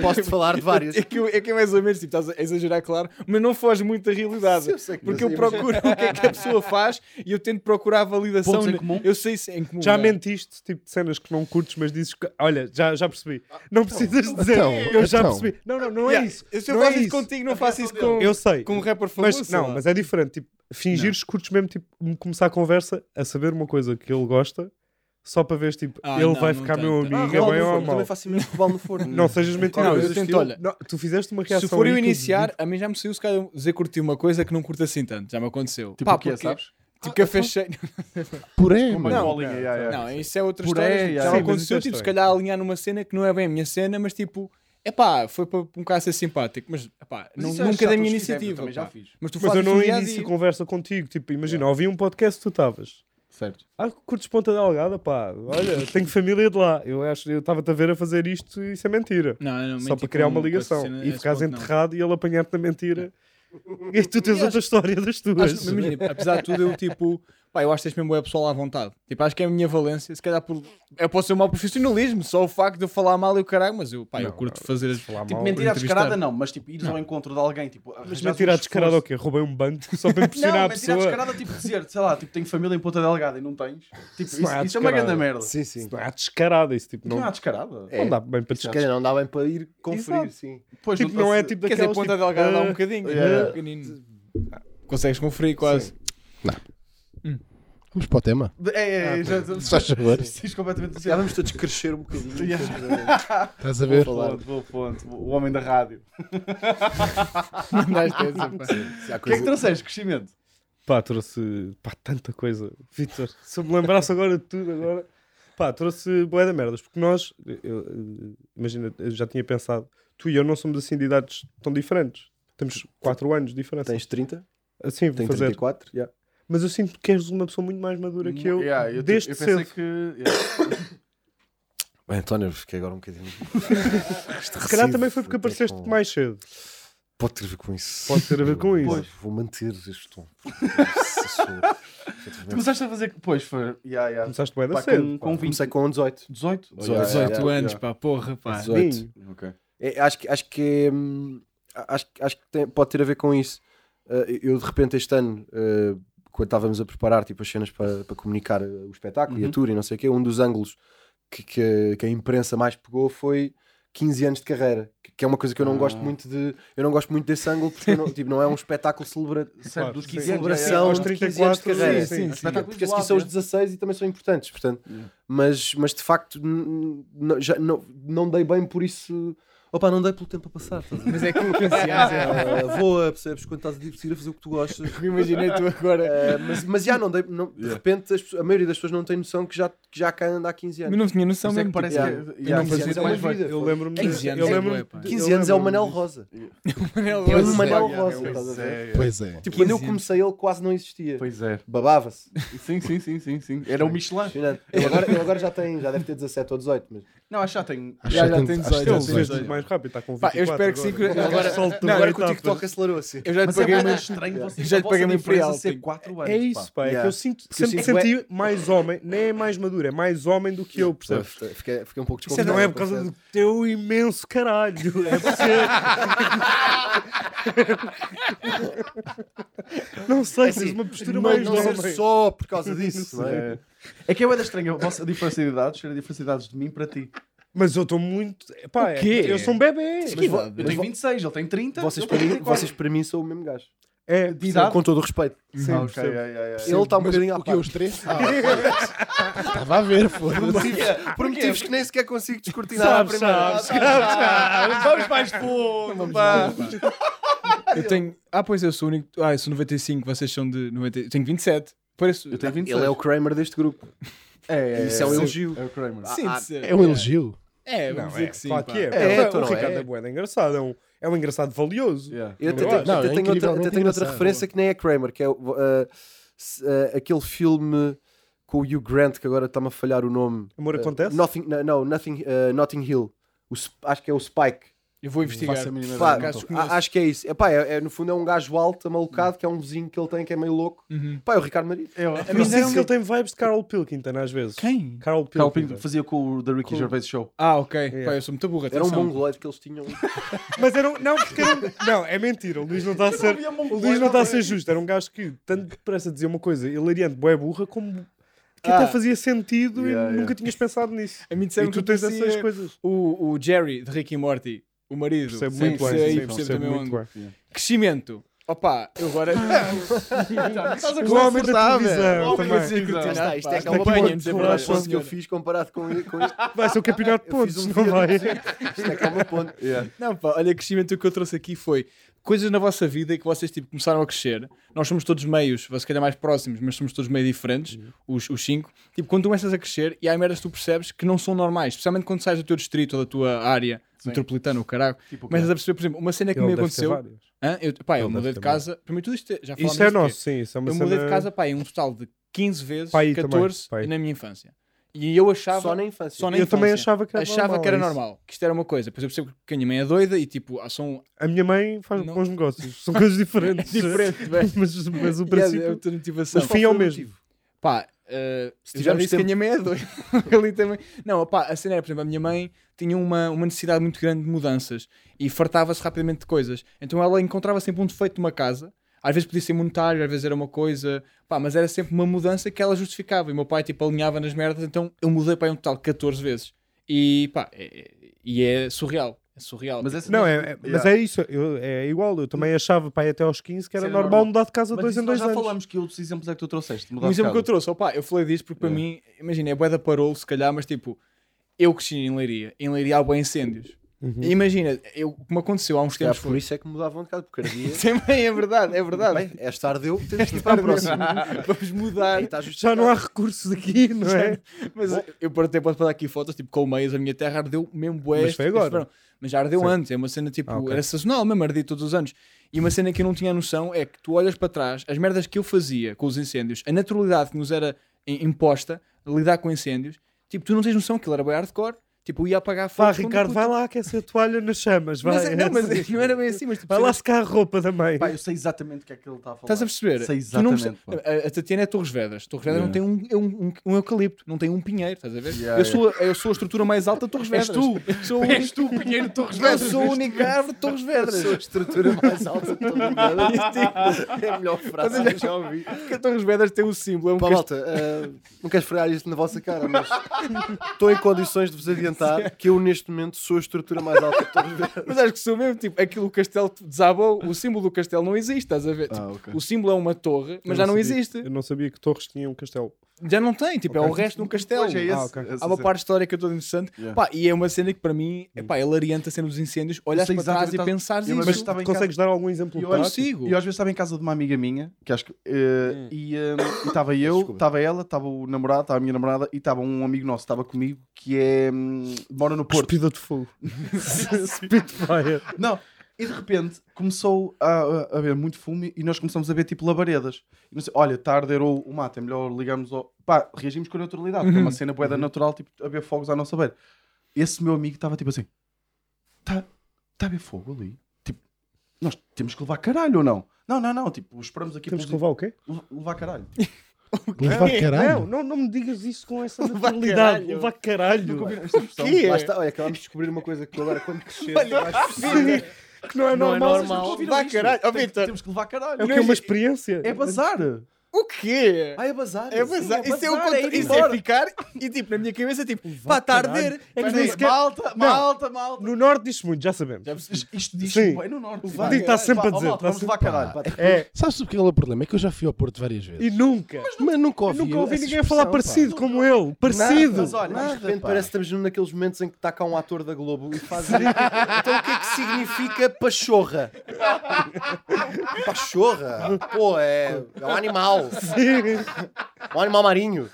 G: Posso-te falar de várias.
F: É que, eu- é que é mais ou menos, tipo, estás a exagerar, claro, mas não foge muito da realidade. porque eu procuro o que é que a pessoa faz e eu tento procurar a validação.
A: Pontos em
F: ne-
A: comum?
F: Eu sei se é em comum.
E: Já
F: não é?
E: mentiste, tipo, de cenas que não curtes, mas dizes que, olha, já, já percebi. Não precisas dizer,
H: então,
E: eu já
H: então.
E: percebi. Não, não, não
F: Yeah,
E: é isso.
F: Se eu
E: não
F: faço
E: é
F: isso
E: isso.
F: contigo, não faço isso
D: então
F: com,
E: Eu sei.
F: com um rapper famoso.
E: Mas
F: sei
E: não,
F: lá.
E: mas é diferente. Tipo, fingires que curtes mesmo, tipo, me começar a conversa a saber uma coisa que ele gosta, só para ver, tipo,
F: Ah,
E: ele
F: não,
E: vai
F: não
E: ficar
F: tanto.
E: meu
F: Ah,
E: amigo, é bem ou mal.
G: também faço imenso com o balde no forno.
E: Não sejas mentiroso.
F: Não, eu tento, olha,
E: Não, tu fizeste uma reação. tipo,
F: Se for eu
E: aí que
F: iniciar, a mim já me saiu se calhar dizer curtir uma coisa que não curto assim tanto. Já me aconteceu.
A: Tipo,
F: Pá,
A: o que é,
F: porque- Ah, então-
A: sabes?
D: Tipo café cheio.
H: Porém,
A: Uma
D: Não,
A: bolinha, yeah, yeah.
D: Não, isso é outra
A: Puré,
D: história. tipo,
A: yeah. Sim,
D: Já
E: mas isso é
D: aconteceu, tipo, se
E: estranho.
D: calhar alinhar numa cena que não é bem a minha cena, mas tipo, é pá, foi para um bocado ser simpático, mas epá,
A: Mas
D: nu-
A: isso é
D: nunca da
A: chato,
D: minha
A: os que fizeram,
D: iniciativa.
A: também já
D: pá.
A: fiz.
D: Mas tu
E: Mas eu
D: fazes
E: não
D: no dia a
E: inicio
D: dia.
E: conversa contigo. Tipo, imagina, ouvi um podcast que tu estavas.
A: Certo.
E: Ah, curtes Ponta Delgada, pá. Olha, tenho família de lá. Eu acho, eu estava-te a ver a fazer isto e isso é mentira.
F: Não, não,
E: Só
F: menti
E: para criar
F: com-
E: uma
F: com essa
E: ligação.
F: cena,
E: E
F: esse
E: ficares
F: ponto, não. É.
E: enterrado e ele apanhar-te na mentira. E tu tens outra história das
D: Acho-
E: tuas.
D: mas imagina, apesar de tudo, eu tipo, pá, eu acho que tens mesmo o pessoal à vontade. Tipo, acho que é a minha valência. Se calhar por, eu posso ser um mau profissionalismo, só o facto de eu falar mal e o caralho, mas eu, pá, eu curto fazer as.
E: Falar
A: Tipo,
E: mal.
A: mentira à
D: entrevistar.
A: descarada não, mas tipo, ires ao encontro de alguém, tipo,
E: Mas
A: arranjares
E: mentira
A: um
E: à descarada o
A: esforço.
E: quê? Roubei um banco só para
A: Não,
E: impressionar a
A: mentira à
E: pessoa.
A: descarada, tipo, dizer, sei lá, tipo, tenho família em Ponta Delgada e não tens. Tipo, isso,
E: não é à
A: isso é uma
E: descarada.
A: grande merda.
G: Sim, sim.
E: Não, há descarada isso, tipo,
A: Não,
E: não,
A: há descarada.
G: É.
E: não dá bem para
G: Se
E: descarada.
G: calhar não dá bem para ir conferir,
E: Exato.
G: sim.
A: Pois,
E: Tipo,
A: tá-
E: não é tipo
D: Quer dizer,
E: daquelas...
D: ponta
E: tipo,
D: delgada dá um
E: ah,
D: bocadinho,
A: yeah.
D: é pequenino. Consegues conferir quase.
H: vamos para o tema.
E: Ah,
A: É, é, já
H: Se faz favor.
A: Estás completamente assim,
G: Já vamos todos crescer um bocadinho.
H: Estás a ver?
A: Boa ponto, boa ponto. O homem da rádio.
D: Mandaste essa, pá.
G: Se há
A: O que é que
G: coisa-
A: trouxeste? Crescimento?
E: Pá, trouxe pá, tanta coisa. Vitor, se eu me lembrasse agora de tudo, agora. Pá, trouxe boé da merdas, porque nós, eu, eu, imagina, eu já tinha pensado, tu e eu não somos assim de idades tão diferentes. Temos 4 anos de diferença.
G: Tens 30?
E: assim, vou
G: Tenho
E: fazer.
G: 34? já.
E: Mas eu sinto que és uma pessoa muito mais madura que eu,
A: Hum, Yeah, eu,
E: desde
A: eu
E: cedo.
A: pensei que. yeah.
G: Bem, António, fiquei agora um bocadinho. Este
E: Se calhar
G: recido
E: também foi porque
G: tem
E: apareceste
G: com-
E: mais cedo.
G: Pode ter a ver com isso.
E: Pode ter a ver com isso.
G: Pois. Vou manter este tom. Isso, isso-
A: Tu começaste a fazer. Pois foi. Yeah, yeah.
E: Começaste bué da
A: Pá,
E: cedo.
A: com,
E: pá.
A: com 20.
G: Comecei com 18.
A: 18?
G: 18.
F: 18 anos, pá, porra, pá.
G: 18.
A: Ok.
G: É, acho que acho que, hum, acho, acho que tem- pode ter a ver com isso. Uh, eu de repente este ano, uh, quando estávamos a preparar tipo, as cenas para, para comunicar uh, o espetáculo e a
A: Uhum.
G: tour e não sei o quê, um dos ângulos que, que, que a imprensa mais pegou foi 15 anos de carreira, que, que é uma coisa que eu não gosto muito de. Eu não gosto muito desse ângulo porque eu não, tipo, não é um espetáculo celebra,
A: Certo, dos
E: sim.
A: 15 anos.
G: celebração
E: Aos
G: de 15 anos
E: 34,
G: de carreira.
E: sim, sim,
A: sim.
G: Porque a seguir são os 16 e também são importantes, portanto.
A: né? Yeah.
G: Mas, mas de facto, n- n- já não, não dei bem por isso. Opa, não dei pelo tempo a passar. estás a ver?
D: Mas é que eu pensei,
G: Ah, voa, percebes? Quando estás a divertir a fazer o que tu gostas.
D: imaginei tu agora.
G: Ah, mas, mas já não dei. não- De repente, as pessoas- a maioria das pessoas não tem noção que já, que já cá anda há 15
D: Eu
G: anos.
D: não tinha noção
A: Mas é que
E: tipo,
A: parece
D: mesmo.
G: Yeah.
A: que.
G: Não,
A: yeah,
G: mas
A: quinze
G: isso é
A: anos
G: uma
A: mais velho.
G: vida.
E: Eu lembro-me.
F: 15 anos
E: eu
F: é bué,
E: lembro-me-
F: pá.
E: eu
G: 15 anos é o
E: lembro-me
G: Manel
E: disso.
G: Rosa.
D: Manel
G: É o
D: Rosa.
G: Manel
A: yeah,
G: Rosa,
A: pois
G: estás a ver?
A: é.
H: Pois é.
G: Tipo, quando eu
D: 15 anos.
G: comecei, ele quase não existia.
A: Pois é.
G: Babava-se.
A: Sim, sim, sim, sim, sim. Era o Michelin.
G: Impressionante. Ele agora, ele agora já tem, já deve ter 17 ou 18, mas
A: Não, é acho que já tem.
H: Acho
D: Já,
H: que
D: já
H: tem-
D: tem
H: acho que
D: 18, já
E: Ele
H: tem
D: tem
E: fez
H: 18.
E: tudo mais rápido, está com 24
D: Pá, eu espero que sim. que-
E: agora.
D: Agora,
E: Salto
D: não,
E: agora
D: agora
E: com o TikTok
G: acelerou-se.
D: eu já te
A: Mas é
D: paguei
A: bem
D: umas.
A: estranho vocês
D: Já
A: já
D: lhe paguei
A: paguem
D: uma
A: a diferença
D: Imperial,
A: ser
D: tipo.
A: 4 anos.
E: É isso, pá. É que
G: Yeah.
E: eu sinto,
G: eu
E: sempre me
G: sinto bué-
E: senti mais homem, nem é mais maduro, é mais homem do que eu, percebes?
G: Fiquei, fiquei um pouco
E: Isso
G: desconfiado.
E: não é por causa do teu imenso caralho. É por ser- não sei, tens uma postura
G: Mas
E: mais
G: não ser
E: homem.
G: só por causa disso. não é?
A: É. É que é uma estranha a vossa diferença de idades ser a diferença de idades de mim para ti.
E: Mas eu estou muito. Pá, é,
D: quê?
E: eu sou um bebê.
G: Mas vo-
A: Eu tenho 26, ele tem 30.
G: vocês,
A: eu
G: para
A: tenho
G: mim,
A: 34.
G: vocês para mim são o mesmo gajo.
E: É,
A: De idade?
G: Com todo o respeito.
E: sim,
A: Ah, ok,
E: percebo.
A: yeah, yeah, yeah.
G: Ele está um bocadinho à
H: O que, os três? Ah, foda-se. Estava a ver, foda-se.
G: Por motivos que nem sequer consigo descortinar à
E: Sabes,
G: primeira.
E: sabes, sabes, sabes.
A: Vamos mais fundo, pá.
D: Eu tenho. Ah, pois eu sou o único. Ah, eu sou 95, vocês são de 90. Eu tenho 27. Parece.
A: Eu tenho 26.
G: Ele é o Kramer deste grupo.
A: é,
G: Isso é um
A: sim.
G: elogio. Ah,
A: É o Kramer.
D: Sim, de ser.
H: É um elogio.
D: É,
E: Ah, Não,
D: vamos
E: é,
D: dizer que sim.
E: claro
D: pá.
E: que é.
G: É,
E: Pá,
G: então
E: o
G: não
E: Ricardo
G: é.
E: é bué engraçado. É um, é um engraçado valioso.
A: Yeah.
G: Eu até,
E: Eu
G: tenho-
E: acho.
G: até
H: Não,
G: tenho,
H: é
G: outra, até
H: incrivelmente
G: tenho outra
H: engraçado.
G: referência que nem é Kramer, que é uh, se- uh, aquele filme com o Hugh Grant, que agora está-me a falhar o nome.
E: Amor,
G: Uh,
E: acontece?
G: Nothing, no- não, nothing, uh, Notting Hill. O Sp- acho que é o Spike.
D: Eu vou
H: Não
D: investigar.
H: faço a mínima
G: Pá,
H: ideia, não
E: Ah,
H: estou.
G: a- acho que é isso. Epá, é, é, no fundo é um gajo alto, malucado, que é um vizinho que ele tem que é meio louco. Pá, é o Ricardo Maria.
A: Eu,
E: Eu sinto é um que ele tem vibes de Carl Pilkington às vezes.
D: Quem?
E: Carl
A: Carl
E: Pilkington.
A: Pink fazia com é o The Ricky Gervais Show.
D: Ah, ok.
E: Yeah.
D: Pá, eu sou muito burra.
G: Era um
D: atenção.
G: mongoloide que eles tinham.
E: Mas era um, não, porque era um- não, é mentira, o Luís não está a ser, o Luís não está a ser justo, era um gajo que tanto depressa dizia uma coisa hilariante, boé burra, como que
D: Ah.
E: até fazia sentido
A: Yeah,
E: e
A: yeah.
E: nunca tinhas pensado nisso.
D: A mim
E: E
D: disseram que
E: tu tens
D: parecia
E: essas coisas.
D: O, o Jerry de Rick e Morty, o marido.
E: Percebo
D: Sim,
E: muito bem,
D: sim, é aí
E: sim,
D: percebo
E: percebo
D: também o
E: muito
D: ângulo.
E: bem.
D: Crescimento. Opa, eu agora.
A: Estás a
E: O homem da televisão
A: Homem da
E: também.
A: televisão.
G: Lá está, isto é
D: Pá,
G: que é uma
D: acompanha-nos,
G: ponte,
D: é
G: uma
D: verdade, sim,
G: ponte que eu
D: senhora.
G: fiz comparado com, com este.
E: Vai ser o campeonato de
G: Eu fiz
E: pontos,
G: um
E: não vai?
G: vídeo. Isto é que é uma ponte.
D: Não, pá, olha, crescimento o que eu trouxe aqui foi coisas na vossa vida que vocês tipo, começaram a crescer. Nós somos todos meios, vocês calhar mais próximos, mas somos todos meio diferentes,
E: Uhum.
D: os, os cinco. Tipo, quando tu começas a crescer e há merdas que tu percebes que não são normais, especialmente quando sais do teu distrito ou da tua área metropolitana, o caralho.
A: Tipo, o
D: Começas a perceber, por exemplo, uma cena que
E: Ele
D: me
E: deve ter
D: aconteceu.
E: várias.
D: Hã? Eu, pá, eu
E: Ele
D: mudei
E: deve
D: de
E: ter
D: casa. Primeiro tudo isto, já falámos
E: Isso é
D: disto, que
E: nosso, sim. Isso é uma
D: Eu mudei
E: cena-
D: de casa, pá, em um total de 15 vezes,
E: Pá, aí também,
D: 14
E: pá, aí.
D: na minha infância. E eu achava.
G: Só na infância.
D: só na
E: Eu também
D: infância
E: achava que era
D: achava
E: normal. é
D: que era
E: isso.
D: normal, que isto era uma coisa. Depois eu percebo que a minha mãe é doida e tipo, ah, são
E: A minha mãe faz
D: Não.
E: bons negócios. São coisas diferentes.
D: diferentes, velho.
E: mas, mas
D: Yeah, é
E: o princípio.
D: outra motivação.
E: O fim é o mesmo.
D: Pá, eh, eu já
G: tivermos
D: disse que a minha mãe é doida. Ali também. Não, pá, a cena era, por exemplo, a minha mãe tinha uma, uma necessidade muito grande de mudanças e fartava-se rapidamente de coisas. Então ela encontrava sempre um defeito numa casa. Às vezes podia ser monetário, às vezes era uma coisa, pá, mas era sempre uma mudança que ela justificava. E o meu pai, tipo, alinhava nas merdas, então eu mudei para um total de 14 vezes. E pá, é- é- e é surreal. É surreal.
A: Mas
D: tipo.
A: essa
E: Não, é, é- mas é isso. eu- é igual. Eu também achava, pai, até aos 15 que era
A: Sim, é
E: normal,
A: normal.
E: mudar de casa de
A: Mas
E: dois
A: isso
E: em dois
A: nós já
E: anos.
A: falamos que outros exemplos é que tu trouxeste. de mudar
D: Um
A: de
D: exemplo que eu
A: casa.
D: trouxe, opá, eu falei disto porque para mim, imagina, é bué da parolo, se calhar, mas tipo, eu cresci em Leiria, em Leiria há bué incêndios. E imagina, eu, o que me aconteceu há uns
G: É
D: tempos
G: por
D: foi...
G: isso é que mudavam de casa, porque ardia.
D: Também é verdade, é verdade.
G: Bem, esta ardeu, temos de ir para a próxima.
D: Vamos mudar.
G: Aí está
E: Já
G: justificado.
E: não há recursos aqui, não é?
D: Mas eu por até posso falar aqui fotos, tipo, colmeias, a minha terra ardeu mesmo bué.
E: Mas
D: este-
E: foi agora.
D: este verão. Mas já ardeu antes, é uma cena tipo,
E: Ah, ok.
D: era sazonal mesmo, ardia todos os anos. E uma cena que eu não tinha noção é que tu olhas para trás, as merdas que eu fazia com os incêndios, a naturalidade que nos era i- imposta a lidar com incêndios, tipo, tu não tens noção que aquilo era bem hardcore, tipo, eu ia apagar fogo.
E: Vá, Ricardo, vai lá, aquece a toalha nas chamas. Vai,
D: Mas, é- não, mas
E: É assim.
D: não era bem assim, mas tipo,
E: vai lá secar a roupa da mãe.
A: Pá, eu sei exatamente o que é que ele está a falar.
D: Estás a perceber?
A: Sei
D: Tu não perce-
A: exatamente, pá.
D: a, a Tatiana é Torres Vedras. Torres Vedras não tem um, é um, um- um eucalipto, não tem um pinheiro, estás a ver?
A: Yeah,
D: eu, sou, a- eu sou a estrutura mais alta de Torres Vedras. És tu! Eu sou o único-
A: tu, Pinheiro Torres
D: eu sou a única árvore de Torres Vedras.
G: Sou a estrutura mais alta de todo o mundo. É a melhor frase que eu já ouvi.
D: Porque a Torres Vedras tem um símbolo, é um
G: Pá,
D: castelo.
G: malta, eh, não quero esfregar isto na vossa cara, mas estou em condições de vos adiantar que eu, neste momento, sou a estrutura mais alta de todos os verdes.
D: Mas acho que sou mesmo, tipo, aquilo o castelo desabou, o símbolo do castelo não existe, estás a ver?
A: Ah,
D: Tipo, O símbolo é uma torre, mas já não
E: sabia-
D: existe.
E: Eu não sabia que Torres tinha um castelo.
D: Já não tem, tipo, é o resto de um castelo.
A: Pois é esse.
E: Ah, ok.
A: esse-
D: Há uma
A: esse-
D: parte histórica toda interessante.
A: Yeah.
D: Pá, e é uma cena que para mim, epá, é lariante a cena dos incêndios. Olhas
A: sei
D: para trás
A: exatamente,
D: e
A: tá-
D: pensares
A: eu
D: isso.
A: às vezes estava em casa-
E: Consegues dar algum exemplo
A: Eu
E: prático?
A: acho-
D: Consigo.
A: E eu às vezes estava em casa de uma amiga minha, que acho que. eh, e eh, e estava eu, estava ela, estava o namorado, estava a minha namorada e estava um amigo nosso, estava comigo, que é. hum, mora no Porto.
E: Cuspida de fogo. Spitfire.
A: Não, e de repente começou a, a, a ver muito fumo e nós começamos a ver tipo labaredas. E não sei, olha, está a arder o, o mato, é melhor ligarmos ao. Pá, reagimos com neutralidade,
E: Uhum.
A: porque é uma cena boeda natural, tipo, a ver fogos à nossa beira. Esse meu amigo estava tipo assim: está tá a ver fogo ali? Tipo, nós temos que levar caralho ou não? Não, não, não, tipo, esperamos aqui
E: Temos que
A: pelos-
E: levar o quê?
A: le- levar caralho.
D: é
H: Levar
E: Não,
H: caralho.
E: não, não me digas isso com essa naturalidade. Levar caralho.
D: É.
G: Lá está, olha, acabamos de descobrir uma coisa que agora, quando crescer, vais perceber.
E: Que não é
G: Não é
E: normal.
G: normal.
A: Ouviram
D: Vá
A: isto?
D: caralho. Ó,
A: Tem-
D: Vitor.
A: Temos que levar caralho.
E: É o que é uma experiência.
A: É bazar.
D: O quê?
G: Ah, é bazar.
D: É bazar.
A: Sim, é
D: Isso é o
A: bazar, é
D: contra...
A: ir
D: Isso é
A: embora.
D: ficar e tipo, na minha cabeça, é tipo, pá, está a arder.
E: É que
D: Mas
E: nem
D: não-
E: sequer-
A: Malta, malta, malta.
E: No norte diz muito, já sabemos.
A: Isto- Isto diz
E: Sim.
A: bem no norte.
E: O Dito está sempre a dizer.
A: Malta,
E: está
A: vamos levar
E: sempre-
A: caralho.
E: É,
H: Sabes o que é o problema? É que eu já fui ao Porto várias vezes.
E: e nunca.
H: Mas nunca
E: Eu
H: ouvi.
E: nunca ouvi
H: essa
E: ninguém falar
H: expressão,
E: parecido
H: pá.
E: como ele. Parecido.
A: Mas olha,
G: Mas de repente
H: pá.
G: parece que estamos num daqueles momentos em que está cá um ator da Globo e faz. então o que é que significa pachorra? pachorra? Pô, é, é um animal. Um animal marinho.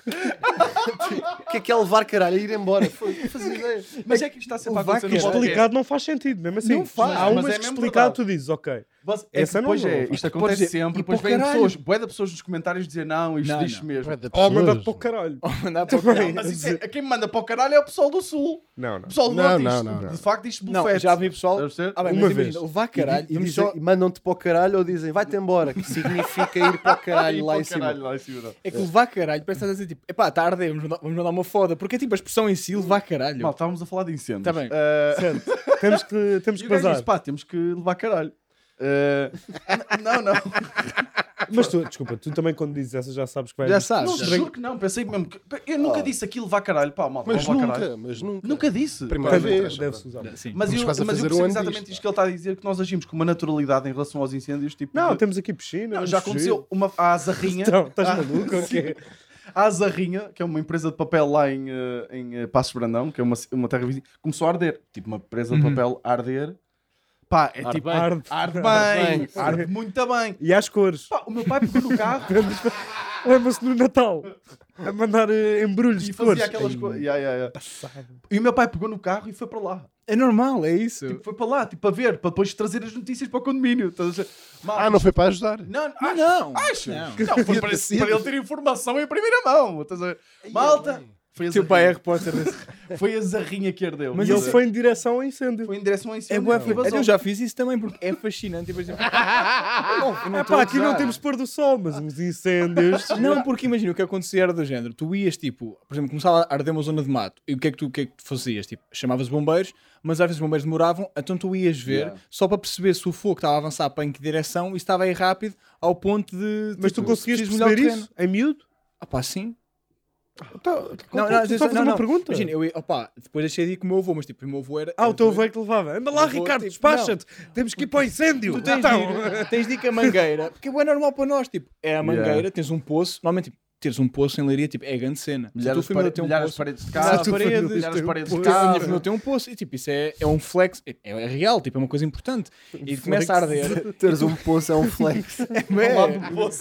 G: o que é que é levar caralho? É ir embora. Foi, não fazia ideia.
A: mas é que isto está sempre a
D: vaca
A: acontecer no
E: Porque
A: podcast.
E: explicado não faz sentido, mesmo assim.
D: Não faz,
E: Há
A: mas
E: umas
A: é
E: que
A: mesmo
E: explicado
A: verdade.
E: tu dizes, ok.
A: Mas é
E: Essa
A: que
E: não
A: depois
E: vou,
A: é,
E: pá.
A: isto acontece sempre, depois
D: pô,
A: vêm
D: caralho.
A: pessoas, bué de pessoas nos comentários dizer não, isto
D: Não,
A: diz
D: não.
A: mesmo.
H: Bué de
E: Ou mandar
H: pessoas.
E: para o caralho.
A: Oh.
D: Mandar para o
E: Também.
A: Mas isso é, a quem me manda para o caralho é o pessoal do Sul.
E: Não,
A: O
E: não.
A: pessoal do
H: Não,
A: Norte,
H: não,
A: isto-
H: não, não.
A: de facto isto
D: Não,
A: bufete.
D: já vi pessoal.
A: Deve ser?
D: Ah, bem,
E: Uma
D: mas imagina,
E: vez.
D: levar caralho.
G: E,
D: vamos
G: dizem-
D: só-
G: e mandam-te para o caralho ou dizem vai-te embora, que significa ir para o caralho lá em cima.
A: Caralho, lá em cima.
D: É que levar caralho, parece que estás a dizer tipo, epá, tá a arder, vamos mandar, vamos mandar uma foda. Porque é tipo a expressão em si, levar caralho.
A: Mal, estávamos a falar de incêndios.
D: Tá bem.
A: Ah,
E: Certo. Temos que, temos
A: e
E: que
A: o gajo
E: bazar.
A: disse, pá, temos que levar caralho. Ah, n- não, não.
E: Mas tu, desculpa, tu também quando dizes essa já sabes que vai.
D: já sabes.
A: não juro que não. Pensei mesmo que... Eu nunca disse aquilo, levar caralho. Pá, mal,
H: Mas
A: levar
H: nunca,
A: caralho.
H: mas nunca.
A: Nunca disse.
H: Primeira vez.
E: Deve- Deve-se usar.
D: Sim.
A: Mas
H: Estamos
A: eu, mas
H: quase a
A: eu
H: fazer
A: percebo
H: um ano
A: exatamente
H: disto.
A: isto que ele está a dizer, que nós agimos com uma naturalidade em relação aos incêndios. Tipo,
E: Não,
A: de-
E: temos aqui piscina.
A: Não,
E: vamos
A: já aconteceu
E: fugir.
A: uma a Azarrinha.
E: Então, estás
A: Ah,
E: maluco? ou quê?
A: A Azarrinha, que é uma empresa de papel lá em, eh,
E: Uhum.
A: em eh, Passos Brandão, que é uma, uma terra vizinha, começou a arder. Tipo, uma empresa de papel a arder. Pá, é
F: Arde
A: tipo,
F: bem.
E: Arde.
A: arde
F: Arde
A: bem, arde muito bem.
E: E às cores.
A: Pá, o meu pai pegou no carro
E: Lembra-se no Natal a mandar eh, embrulhos
A: e
E: de
A: fazia
E: cores.
A: aquelas coisas. Yeah, yeah, yeah. E o meu pai pegou no carro e foi para lá.
D: É normal, é isso.
A: Tipo, foi para lá, tipo, para ver, para depois trazer as notícias para o condomínio. Estás a dizer, malta,
H: Ah, não foi para ajudar.
A: Não, não,
D: Ah,
A: acho-
D: não.
A: achas?
D: Não.
A: Não, foi para, para ele ter informação em primeira mão. Estás a ver? Malta, foi a,
E: Tipo,
D: Teu pai é
A: zarrinha,
D: repórter desse.
A: foi a zarrinha que ardeu.
E: Mas
A: E
E: ele foi em direção ao incêndio.
A: foi em direção a isso.
D: É boa, eu já fiz isso também porque é fascinante. e, por exemplo, não, eu não
E: É
D: estou a
E: pá, aqui não
D: gozar.
E: temos pôr do sol, mas uns incêndios.
D: Não, porque imagina o que acontecia era do género. Tu ias tipo, por exemplo, começava a arder uma zona de mato. E o que é que tu, o que é que tu fazias? Tipo, chamavas bombeiros, mas às vezes os bombeiros demoravam, então tu ias ver só para perceber se o fogo estava a avançar para em que direção e se estava aí rápido ao ponto de.
E: Mas tu
D: tipo,
E: conseguiste
D: preciso molhar o
E: perceber
D: terreno.
E: isso? Em miúdo?
D: Ah, pá, sim.
E: Não, não, só fazer uma pergunta.
D: Imagina, eu ia, opá, depois deixei de ir com o meu avô, mas tipo, o meu avô era.
E: Então. Ah, o
D: era
E: teu
D: doido.
E: avô é que levava. Anda lá,
D: O avô,
E: Ricardo,
D: tipo,
E: despacha-te. Temos que ir para o incêndio. Então.
D: Tu tens, de ir, tens de ir com a mangueira, porque é normal para nós, tipo, é a mangueira, tens um poço, normalmente, tipo, teres um poço em Leiria, tipo, é a grande cena.
A: Milhar
D: tu
A: as, pare... milhar as paredes de casa,
D: as paredes,
A: milhar
E: Tipo,
A: as paredes de
D: Porque a
A: casa.
D: minha família tem um poço e tipo, isso é, é um flex, é, é real, tipo, é uma coisa importante. E começa a arder.
G: Teres um poço é um flex.
D: É.
A: poço.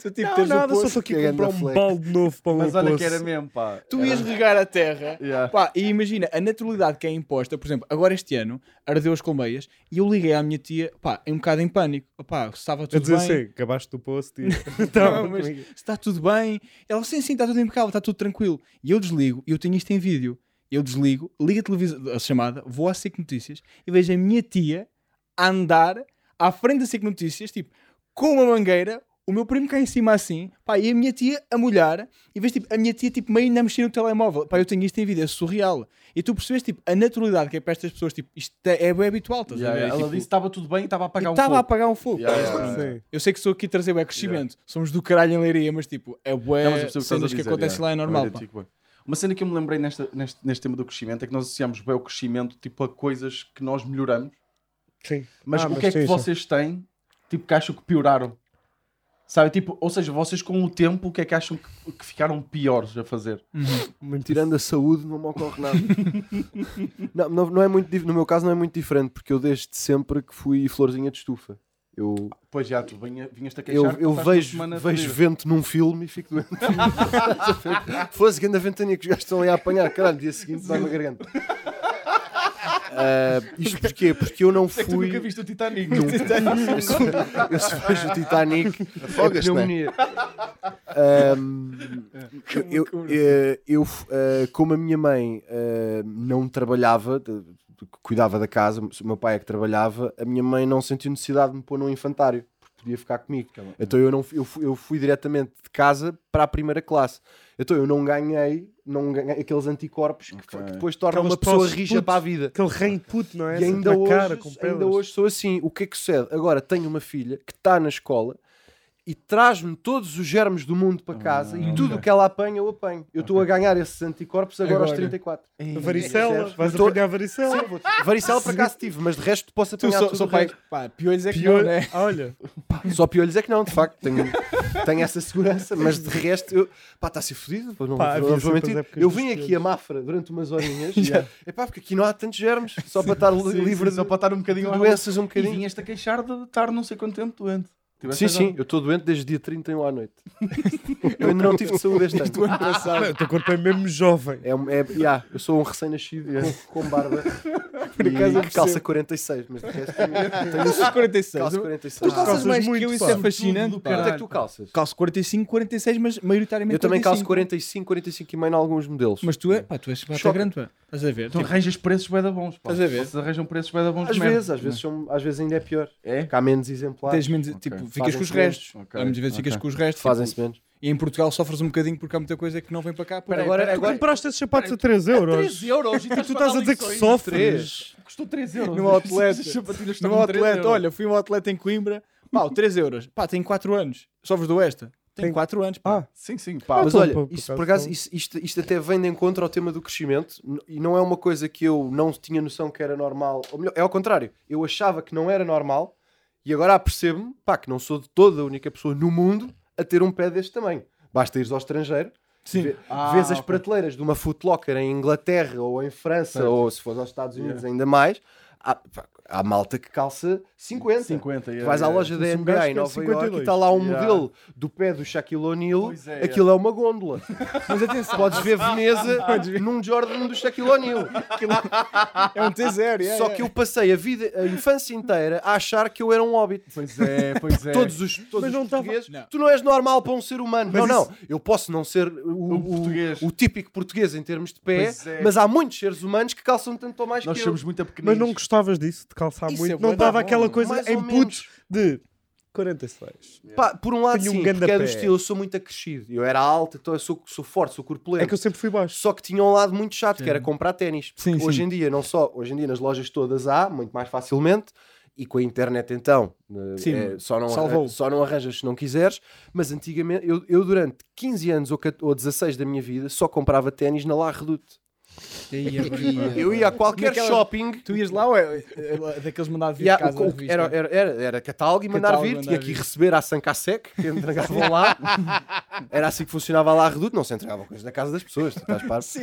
D: Tu, tipo,
E: Não,
D: teres um
E: nada, só
D: poço,
E: estou aqui
G: que é
E: a comprar
G: grande
E: um
G: flex.
E: balde novo para o meu
A: Mas olha
E: poço.
A: que era mesmo, pá.
D: tu ias regar a terra.
A: Yeah.
D: Pá, e imagina a naturalidade que é imposta, por exemplo, agora este ano ardeu as colmeias e eu liguei à minha tia, pá, um bocado em pânico, pá, se estava
E: A
D: tudo
E: dizer
D: bem.
E: assim, acabaste do poço, tio. Então,
D: Não, mas se está tudo bem. Ela, sim, sim, está tudo impecável, está tudo tranquilo. E eu desligo, e eu tenho isto em vídeo. Eu desligo, ligo a, televisão, a chamada, vou à SIC Notícias e vejo a minha tia a andar à frente da SIC Notícias, tipo, com uma mangueira, o meu primo cá em cima assim, pá, e a minha tia a molhar, e vejo tipo, a minha tia tipo, meio ainda a mexer no telemóvel. Pá, eu tenho isto em vídeo, é surreal. E tu percebes tipo, a naturalidade que é para estas pessoas, tipo, isto é, é bem habitual, estás
A: Yeah,
D: a ver?
A: yeah. Ela
D: Tipo,
A: disse que estava tudo bem e estava a apagar o
D: estava a
A: fogo.
D: apagar um fogo.
A: Yeah, yeah, yeah.
E: Sim.
D: Eu sei que sou aqui a trazer o crescimento. Somos do caralho em leiria, mas tipo, é bué.
A: Não, mas eu percebo o que estás a
D: cenas que
A: dizer,
D: acontecem
A: yeah.
D: lá é normal.
A: Olha,
D: pá.
A: tipo, Uma cena que eu me lembrei nesta, neste, neste tema do crescimento é que nós associamos bem o crescimento tipo, a coisas que nós melhoramos.
E: Sim.
A: Mas
E: Ah,
A: o
E: mas
A: que é que
E: sim, sim.
A: vocês têm tipo, que acham que pioraram? Sabe, tipo, ou seja, vocês com o tempo, o que é que acham que, que ficaram piores a fazer?
G: Tirando a saúde, não me ocorre nada. não, não, não é muito, dif- no meu caso, não é muito diferente, porque eu desde sempre que fui florzinha de estufa. Eu,
A: Pois já, tu vinha- vinhas-te a
G: eu,
A: queixar. que passaste
G: eu
A: uma
G: vejo,
A: semana
G: vejo
A: fodida.
G: vento num filme e fico doente. Fosse que anda ventania que os gajos estão ali a apanhar, caralho, dia seguinte dá-me a garganta. Ah, isto porquê? Porque eu não
A: É que tu
G: fui.
A: nunca viste o Titanic.
G: Eu sou- eu só vejo o Titanic.
H: Afogas-te, não é?
G: Ahm, eu, eh, eu, eh, como a minha mãe eh, não trabalhava, de- de- cuidava da casa, o meu pai é que trabalhava, a minha mãe não sentiu necessidade de me pôr num infantário, porque podia ficar comigo. Então eu, não, fui- eu, fui, eu fui diretamente de casa para a primeira classe. Então eu não ganhei, não ganhei aqueles anticorpos que, que depois tornam
E: Aquelas
G: uma pessoa
E: poses,
G: rija
E: puto.
G: para a vida.
E: Aquele rei puto, não é?
G: E ainda
E: Na
G: hoje,
E: cara, com
G: ainda
E: pedras.
G: hoje sou assim. O que é que sucede? Agora tenho uma filha que está na escola e traz-me todos os germes do mundo para casa e tudo o que ela apanha, eu apanho. Eu estou a ganhar esses anticorpos agora, aos
D: Agora.
G: 34.
E: A varicela,
G: Percebes?
E: vais
G: Eu tô-
E: apanhar a varicela.
G: Varicela para cá se tive, mas de resto posso
D: Tu
G: apanhar
D: só,
G: tudo
D: só
G: o
D: pai,
G: resto.
D: pá, piolhos é que
E: Pior-
D: não, né?
E: Olha,
G: Só piolhos é que não, de facto. Tenho, tenho essa segurança, mas de resto, eu, pá, está a ser fodido. pá, Não,
E: Pá,
G: não
E: havia
G: vou
E: sempre
G: mentir.
E: as épocas
G: eu
E: dos
G: vim aqui
E: piolhos.
G: a Mafra durante umas horinhas. é pá, porque aqui não há tantos germes, só para estar
A: Sim,
G: livre
A: sim, só para estar um
G: de
A: bocadinho lá.
G: doenças um
A: E
G: bocadinho.
A: vinhas-te a queixar de estar não sei quanto tempo doente. Tiveste
G: Sim,
A: razão.
G: sim, eu estou doente desde dia 31 à noite. eu ainda não tive de saúde este ano.
E: Bem, o teu corpo é mesmo jovem.
G: É, um- é, yeah, eu sou um recém-nascido com, com barba e
D: acaso eu
G: que calça 46, mas de resto tenho, tenho
D: Calças 46.
G: calça
D: Tu
G: 46.
D: calças
E: calças
D: mais
E: muito,
D: que eu, isso
E: pá.
D: é fascinante.
A: Tudo do
D: pá.
G: Quanto é que tu calças?
D: Calço 45, 46, mas maioritariamente
G: Eu também calço
D: 45.
G: 45, 45 e meio em alguns modelos.
D: Mas tu, é, pá, tu és pá, tá
G: Choca.
D: grande, pá. Estás a ver?
A: Então
D: Tipo,
A: arranjas preços bué da bons, pá.
D: Estás a ver?
A: Vocês arranjam preços bué da bons
G: às
A: de merda.
G: vezes, às vezes, são, às vezes ainda é pior.
A: É?
G: Porque há menos exemplares,
D: tens menos, tipo, ficas com os
G: Fazem-se
D: restos.
A: Ok,
D: Muitas vezes ficas
A: ok.
D: com os restos. tipo,
G: fazem-se menos.
D: e em Portugal sofres um bocadinho porque há muita coisa que não vem para cá. é, porque-
G: agora,
E: Tu compraste esses sapatos a 3 euros.
A: 13 euros e
E: Tu estás a dizer que sofres.
A: Custou 3 euros.
D: No outlet.
A: As sapatilhas
D: No
A: estavam
D: outlet,
A: 13 euros.
D: olha, fui a um outlet em Coimbra, pá, 3 euros, pá, tem 4 anos, só vos dou esta, tem
E: Tem-
D: 4 anos, pá.
A: Sim, sim, pá.
G: Mas
E: Então,
G: olha,
E: por- por
G: isso,
E: acaso,
G: por acaso,
E: não.
G: isso- isto, isto até vem de encontro ao tema do crescimento n- e não é uma coisa que eu não tinha noção que era normal. Ou melhor, é ao contrário. Eu achava que não era normal e agora percebo-me pá, que não sou de toda a única pessoa no mundo a ter um pé deste tamanho. Basta ires ao estrangeiro, vê-
A: Ah,
G: vês as
A: ok.
G: prateleiras de uma Footlocker em Inglaterra ou em França ou se fores aos Estados Unidos ainda mais. há, pá, há malta que calça 50.
A: 50,
G: Tu
A: yeah,
G: vais à
A: yeah.
G: loja da
E: Fosse um
G: NBA
E: gajo
G: em
E: que é
G: Nova
E: 52.
G: Iorque e está lá um
A: Yeah.
G: modelo do pé do Shaquille O'Neal,
A: Pois é,
G: aquilo é. uma gôndola. Mas atenção, podes ver Veneza num Jordan do Shaquille O'Neal.
D: É um T0, yeah,
G: Só que eu passei a vida, a infância inteira, a achar que eu era um hobbit.
A: Pois é, pois é.
G: Todos os, todos os
E: não tava-
G: portugueses,
D: Não.
G: tu não és normal para um ser humano. não, não, eu posso não ser
A: Um
G: o, o-
A: português.
G: o típico português em termos de pé,
A: Pois é.
G: mas há muitos seres humanos que calçam tanto ou mais
A: Nós
G: que
A: somos muito pequeninos.
E: Mas não gostavas disso, de calçar
D: Isso
E: muito.
D: é
E: não
D: bué da bom.
E: dava aquela
G: eu.
E: coisa
G: Mais
E: em
G: ou
E: putos de 46.
G: menos. Pá, por um lado,
E: Tenho um
G: sim,
E: ganda
G: porque é do
E: pé.
G: estilo, eu sou muito acrescido. Eu era alto, então eu sou, sou forte, sou corpulento.
E: É que eu sempre fui baixo.
G: Só que tinha um lado muito chato, que era comprar ténis.
D: Sim,
G: Porque hoje
D: sim.
G: em dia, não só, hoje em dia nas lojas todas há, muito mais facilmente, e com a internet então, eh,
D: Sim,
G: eh, só, não
D: salvou.
G: arran- só não arranjas se não quiseres, mas antigamente, eu, eu durante 15 anos ou, 14 ou 16 da minha vida só comprava ténis na La Redoute. é Eu ia a qualquer
D: Naquela-
G: shopping...
D: Tu ias lá ou é, é lá daqueles mandados vir
G: e há-
D: de casa?
G: o-
D: da
G: o-
D: revista?
G: era, era, era, era catálogo e mandar
D: Catálogo,
G: vir,
D: mandar
G: tinha que ir
D: vir.
G: receber à Sancassec, que entregavam lá. Era assim que funcionava lá a Reduto, não se entregavam coisas da casa das pessoas, tu estás par.
D: Sim.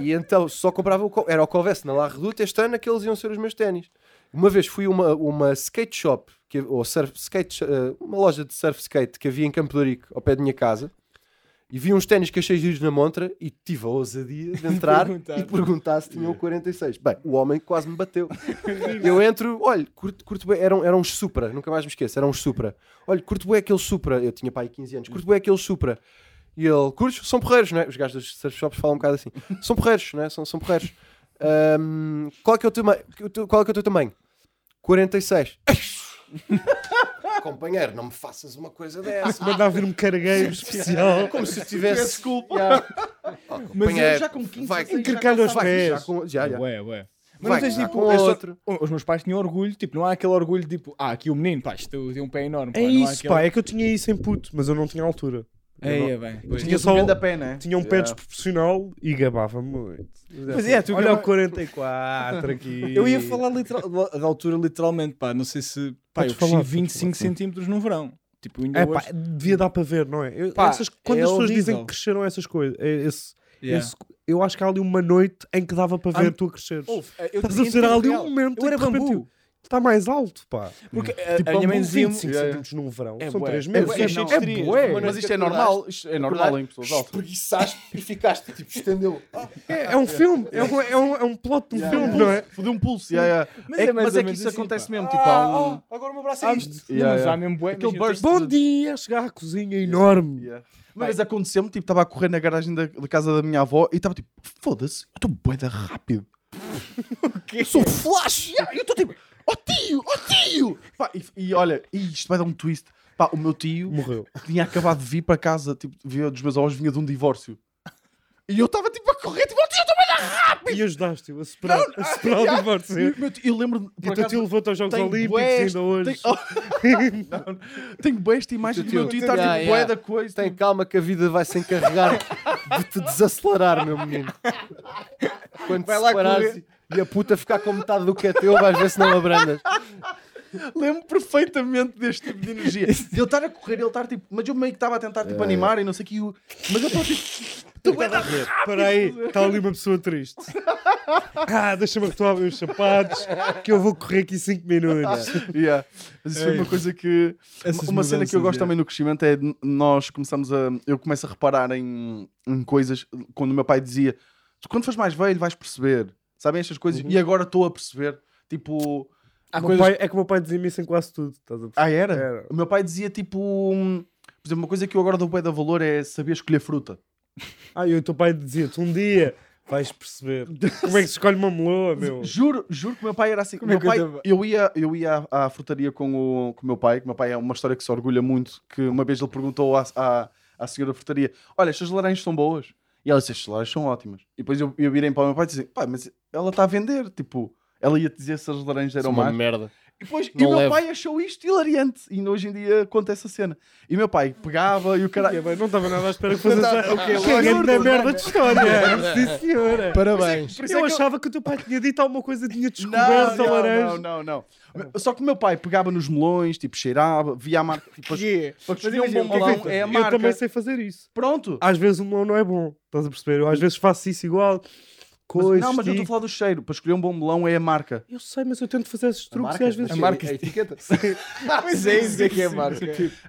G: E então só comprava o co- era o que houvesse na La Reduto, este ano aqueles iam ser os meus ténis. Uma vez fui a uma, uma skate shop, que, ou surf skate, eh, uma loja de surf skate que havia em Campo de Rico, ao pé da minha casa, e vi uns ténis que achei giros na montra e tive a ousadia de entrar
D: perguntar.
G: e perguntar se tinham 46. Bem, o homem quase me bateu. eu entro, olha, curto, curto bem, eram, eram uns um Supra, nunca mais me esqueço, eram uns Supra. Olha, curto bem aquele Supra, eu tinha pai 15 anos, curto bem aquele Supra. E ele, curtos, são porreiros, não é? Os gajos dos surf shops falam um bocado assim. São porreiros, não é? São, são porreiros. Ahm, qual, é que é o teu, ma- o teu- qual é que é o teu tamanho? 46. Companheiro, não me faças uma coisa dessa.
E: Mandava vir um cargueiro especial.
G: Como se eu tivesse. Desculpa.
A: Mas eu já com 15
G: Oh, vai
A: assim, já
E: encrecar os
A: calçava.
E: pés.
G: Já, com-
E: Ah,
G: já, já.
D: Ué, ué. Mas
G: Vai
D: não tens
G: cá
D: tipo.
G: com
D: é só-
G: outro.
D: Os meus pais tinham orgulho, tipo, não há aquele orgulho tipo, ah, aqui o menino, pá, isto tem um pé enorme. Pá,
E: É
D: não há
E: isso,
D: aquele...
E: pá. É que eu tinha isso em puto, mas eu não tinha altura. Eu
D: É,
E: não-
D: é bem. pois.
E: Tinha
A: Tinhas
E: só-
A: um grande pé, né?
E: Tinha um pé desproporcional e gabava muito.
D: Mas é, tu
E: Olha
D: gaba-
E: o 44 aqui.
D: Eu ia falar literal- da altura literalmente, pá, não sei se. Pá,
E: Podes
D: eu cresci
E: falar, podes
D: 25
E: falar, sim.
D: centímetros no verão. Tipo, ainda
E: É,
D: hoje.
E: pá, devia dar para ver, não é? Eu-
D: Pá,
E: essas- quando
D: é
E: as pessoas dizem
D: horrível.
E: que cresceram essas coisas, é esse-
D: Yeah.
E: esse- eu acho que há ali uma noite em que dava para
D: Ah,
E: ver tu a cresceres.
D: Ouve, eu-
E: Estás
D: em
E: a ser
D: tempo
E: ali
D: real.
E: um momento
D: Eu era
E: em que de repente,
D: bambu.
E: Está mais alto, pá.
D: Porque
G: eh,
D: a-
E: Tipo,
D: a minha
E: bambu,
D: mãe dizia
E: 25 centímetros num verão.
D: É
E: São
D: bué.
E: 3
D: É
E: meses.
D: bué, é
E: Não,
D: não. bué.
A: Mas isto é normal. Isto é normal em pessoas altas.
G: Espreguiçaste e ficaste, tipo, estendeu.
E: é, é um filme. É um, é um, é um plot de um filme, não é?
A: Fodeu um pulso. yeah, yeah.
D: Mas
A: É
D: é
A: que-
D: mais
A: Mas
D: ou
A: é que
D: menos
A: isso
D: assim,
A: acontece
D: pá.
A: mesmo. Tipo, há um.
G: Agora o meu braço
D: Ah,
G: é isto.
D: não,
A: Yeah,
D: mas
A: yeah.
D: há mesmo bué,
A: Aquele
D: imagina,
A: burst
E: Bom dia, chegar à cozinha enorme.
A: Yeah. Uma vez aconteceu-me, tipo, estava a correr na garagem da, da casa da minha avó e estava tipo, foda-se, eu estou bué da rápido. Sou flash! yeah, E eu estou tipo, oh tio, oh tio! Pá, e, e olha, e isto vai dar um twist. Pá, o meu tio
E: Morreu.
A: tinha acabado de vir para casa, tipo, veio dos meus avós, vinha de um divórcio. E eu estava tipo a correr, tipo, oh tio, eu estou bué da rápido!
E: E ajudaste-o a superar, a superar o
A: E
E: divórcio.
A: o meu tio- Eu lembro-me,
E: E
A: por
E: o teu
A: acaso,
E: tio levou-te aos Jogos
A: tem
E: Olímpicos
A: bué-
E: ainda hoje.
A: tenho, oh, tenho bué esta imagem do meu tio estar
G: Yeah,
A: tipo bué
G: yeah.
A: da coisa.
G: Tem
A: tipo,
G: calma que a vida vai se encarregar de te desacelerar, meu menino. Quando
D: Vai
G: vai te
D: lá
G: separares
D: correr.
G: e a puta ficar com metade do que é teu, vais ver se não abrandas.
A: Lembro perfeitamente deste tipo de energia. De eu estar a correr, ele estar tipo. Mas eu meio que estava a tentar tipo, animar e não sei o que. eu- Mas eu estou tipo. Tu é da
E: Espera aí, está ali uma pessoa triste. Ah, deixa-me atuar os meus sapatos, que eu vou correr aqui 5 minutos.
A: yeah. Mas É isso foi uma coisa que. uma- uma cena que eu gosto também no crescimento é de nós começamos a. Eu começo a reparar em, em coisas. Quando o meu pai dizia: Tu quando fores mais velho vais perceber. Sabem estas coisas? E agora estou a perceber. Tipo.
E: O
D: Há
E: meu
D: coisas-
E: pai- é que o meu pai dizia-me isso em quase tudo. Estás a perceber?
A: Ah, era?
E: Era.
A: O meu pai dizia tipo. hum, Por exemplo, uma coisa que eu agora dou bué da valor é saber escolher fruta.
E: Ah, e o teu pai dizia-te um dia. Vais perceber. Como é que se escolhe uma meloa, meu?
A: Juro, juro que o meu pai era assim.
D: Como é
A: meu
D: que eu
A: pai,
D: tava-
A: eu, ia, eu ia à, à frutaria com o, com o meu pai, que o meu pai é uma história que se orgulha muito, que uma vez ele perguntou à, à, à senhora da frutaria, olha, estas laranjas são boas? E ela disse, estas laranjas são ótimas. E depois eu, eu virei para o meu pai e disse, pá, mas ela está a vender, tipo... Ela ia dizer se as laranjas eram más.
G: é merda.
A: E, depois, e
G: Não
A: o meu
G: leve.
A: pai achou isto hilariante. E ainda hoje em dia acontece essa cena. E o meu pai pegava e o
E: E,
A: caralho.
E: bem, não estava nada à espera que fosse essa. é
A: ok,
E: Que grande
A: lógico.
E: merda de história. Sim, senhora.
H: Parabéns.
A: Por isso é
E: Eu
A: que eu-
E: achava que o teu pai tinha dito alguma coisa, tinha
A: Não,
E: descoberto a
A: não,
E: laranja.
A: não, não, não. Só que o meu pai pegava nos melões, tipo, cheirava, via a marca. Tipo, as-
D: Que
A: para
D: Mas
A: escolher um
D: imagina,
A: bom
D: o que é que
A: balão
E: eu,
A: é a
E: eu
A: marca.
E: também sei fazer isso. um
A: Pronto.
E: Às vezes o melão não é bom. Estás a perceber? Eu às vezes faço isso igual.
A: Mas-
E: coisas.
A: não, mas eu estou a falar do cheiro. Para escolher um bom melão é a marca.
E: Eu sei, mas eu tento fazer esses truques
G: marca,
E: e às vezes.
G: a
D: marca-
G: a etiqueta.
D: Pois é, isso é que é, Marcos.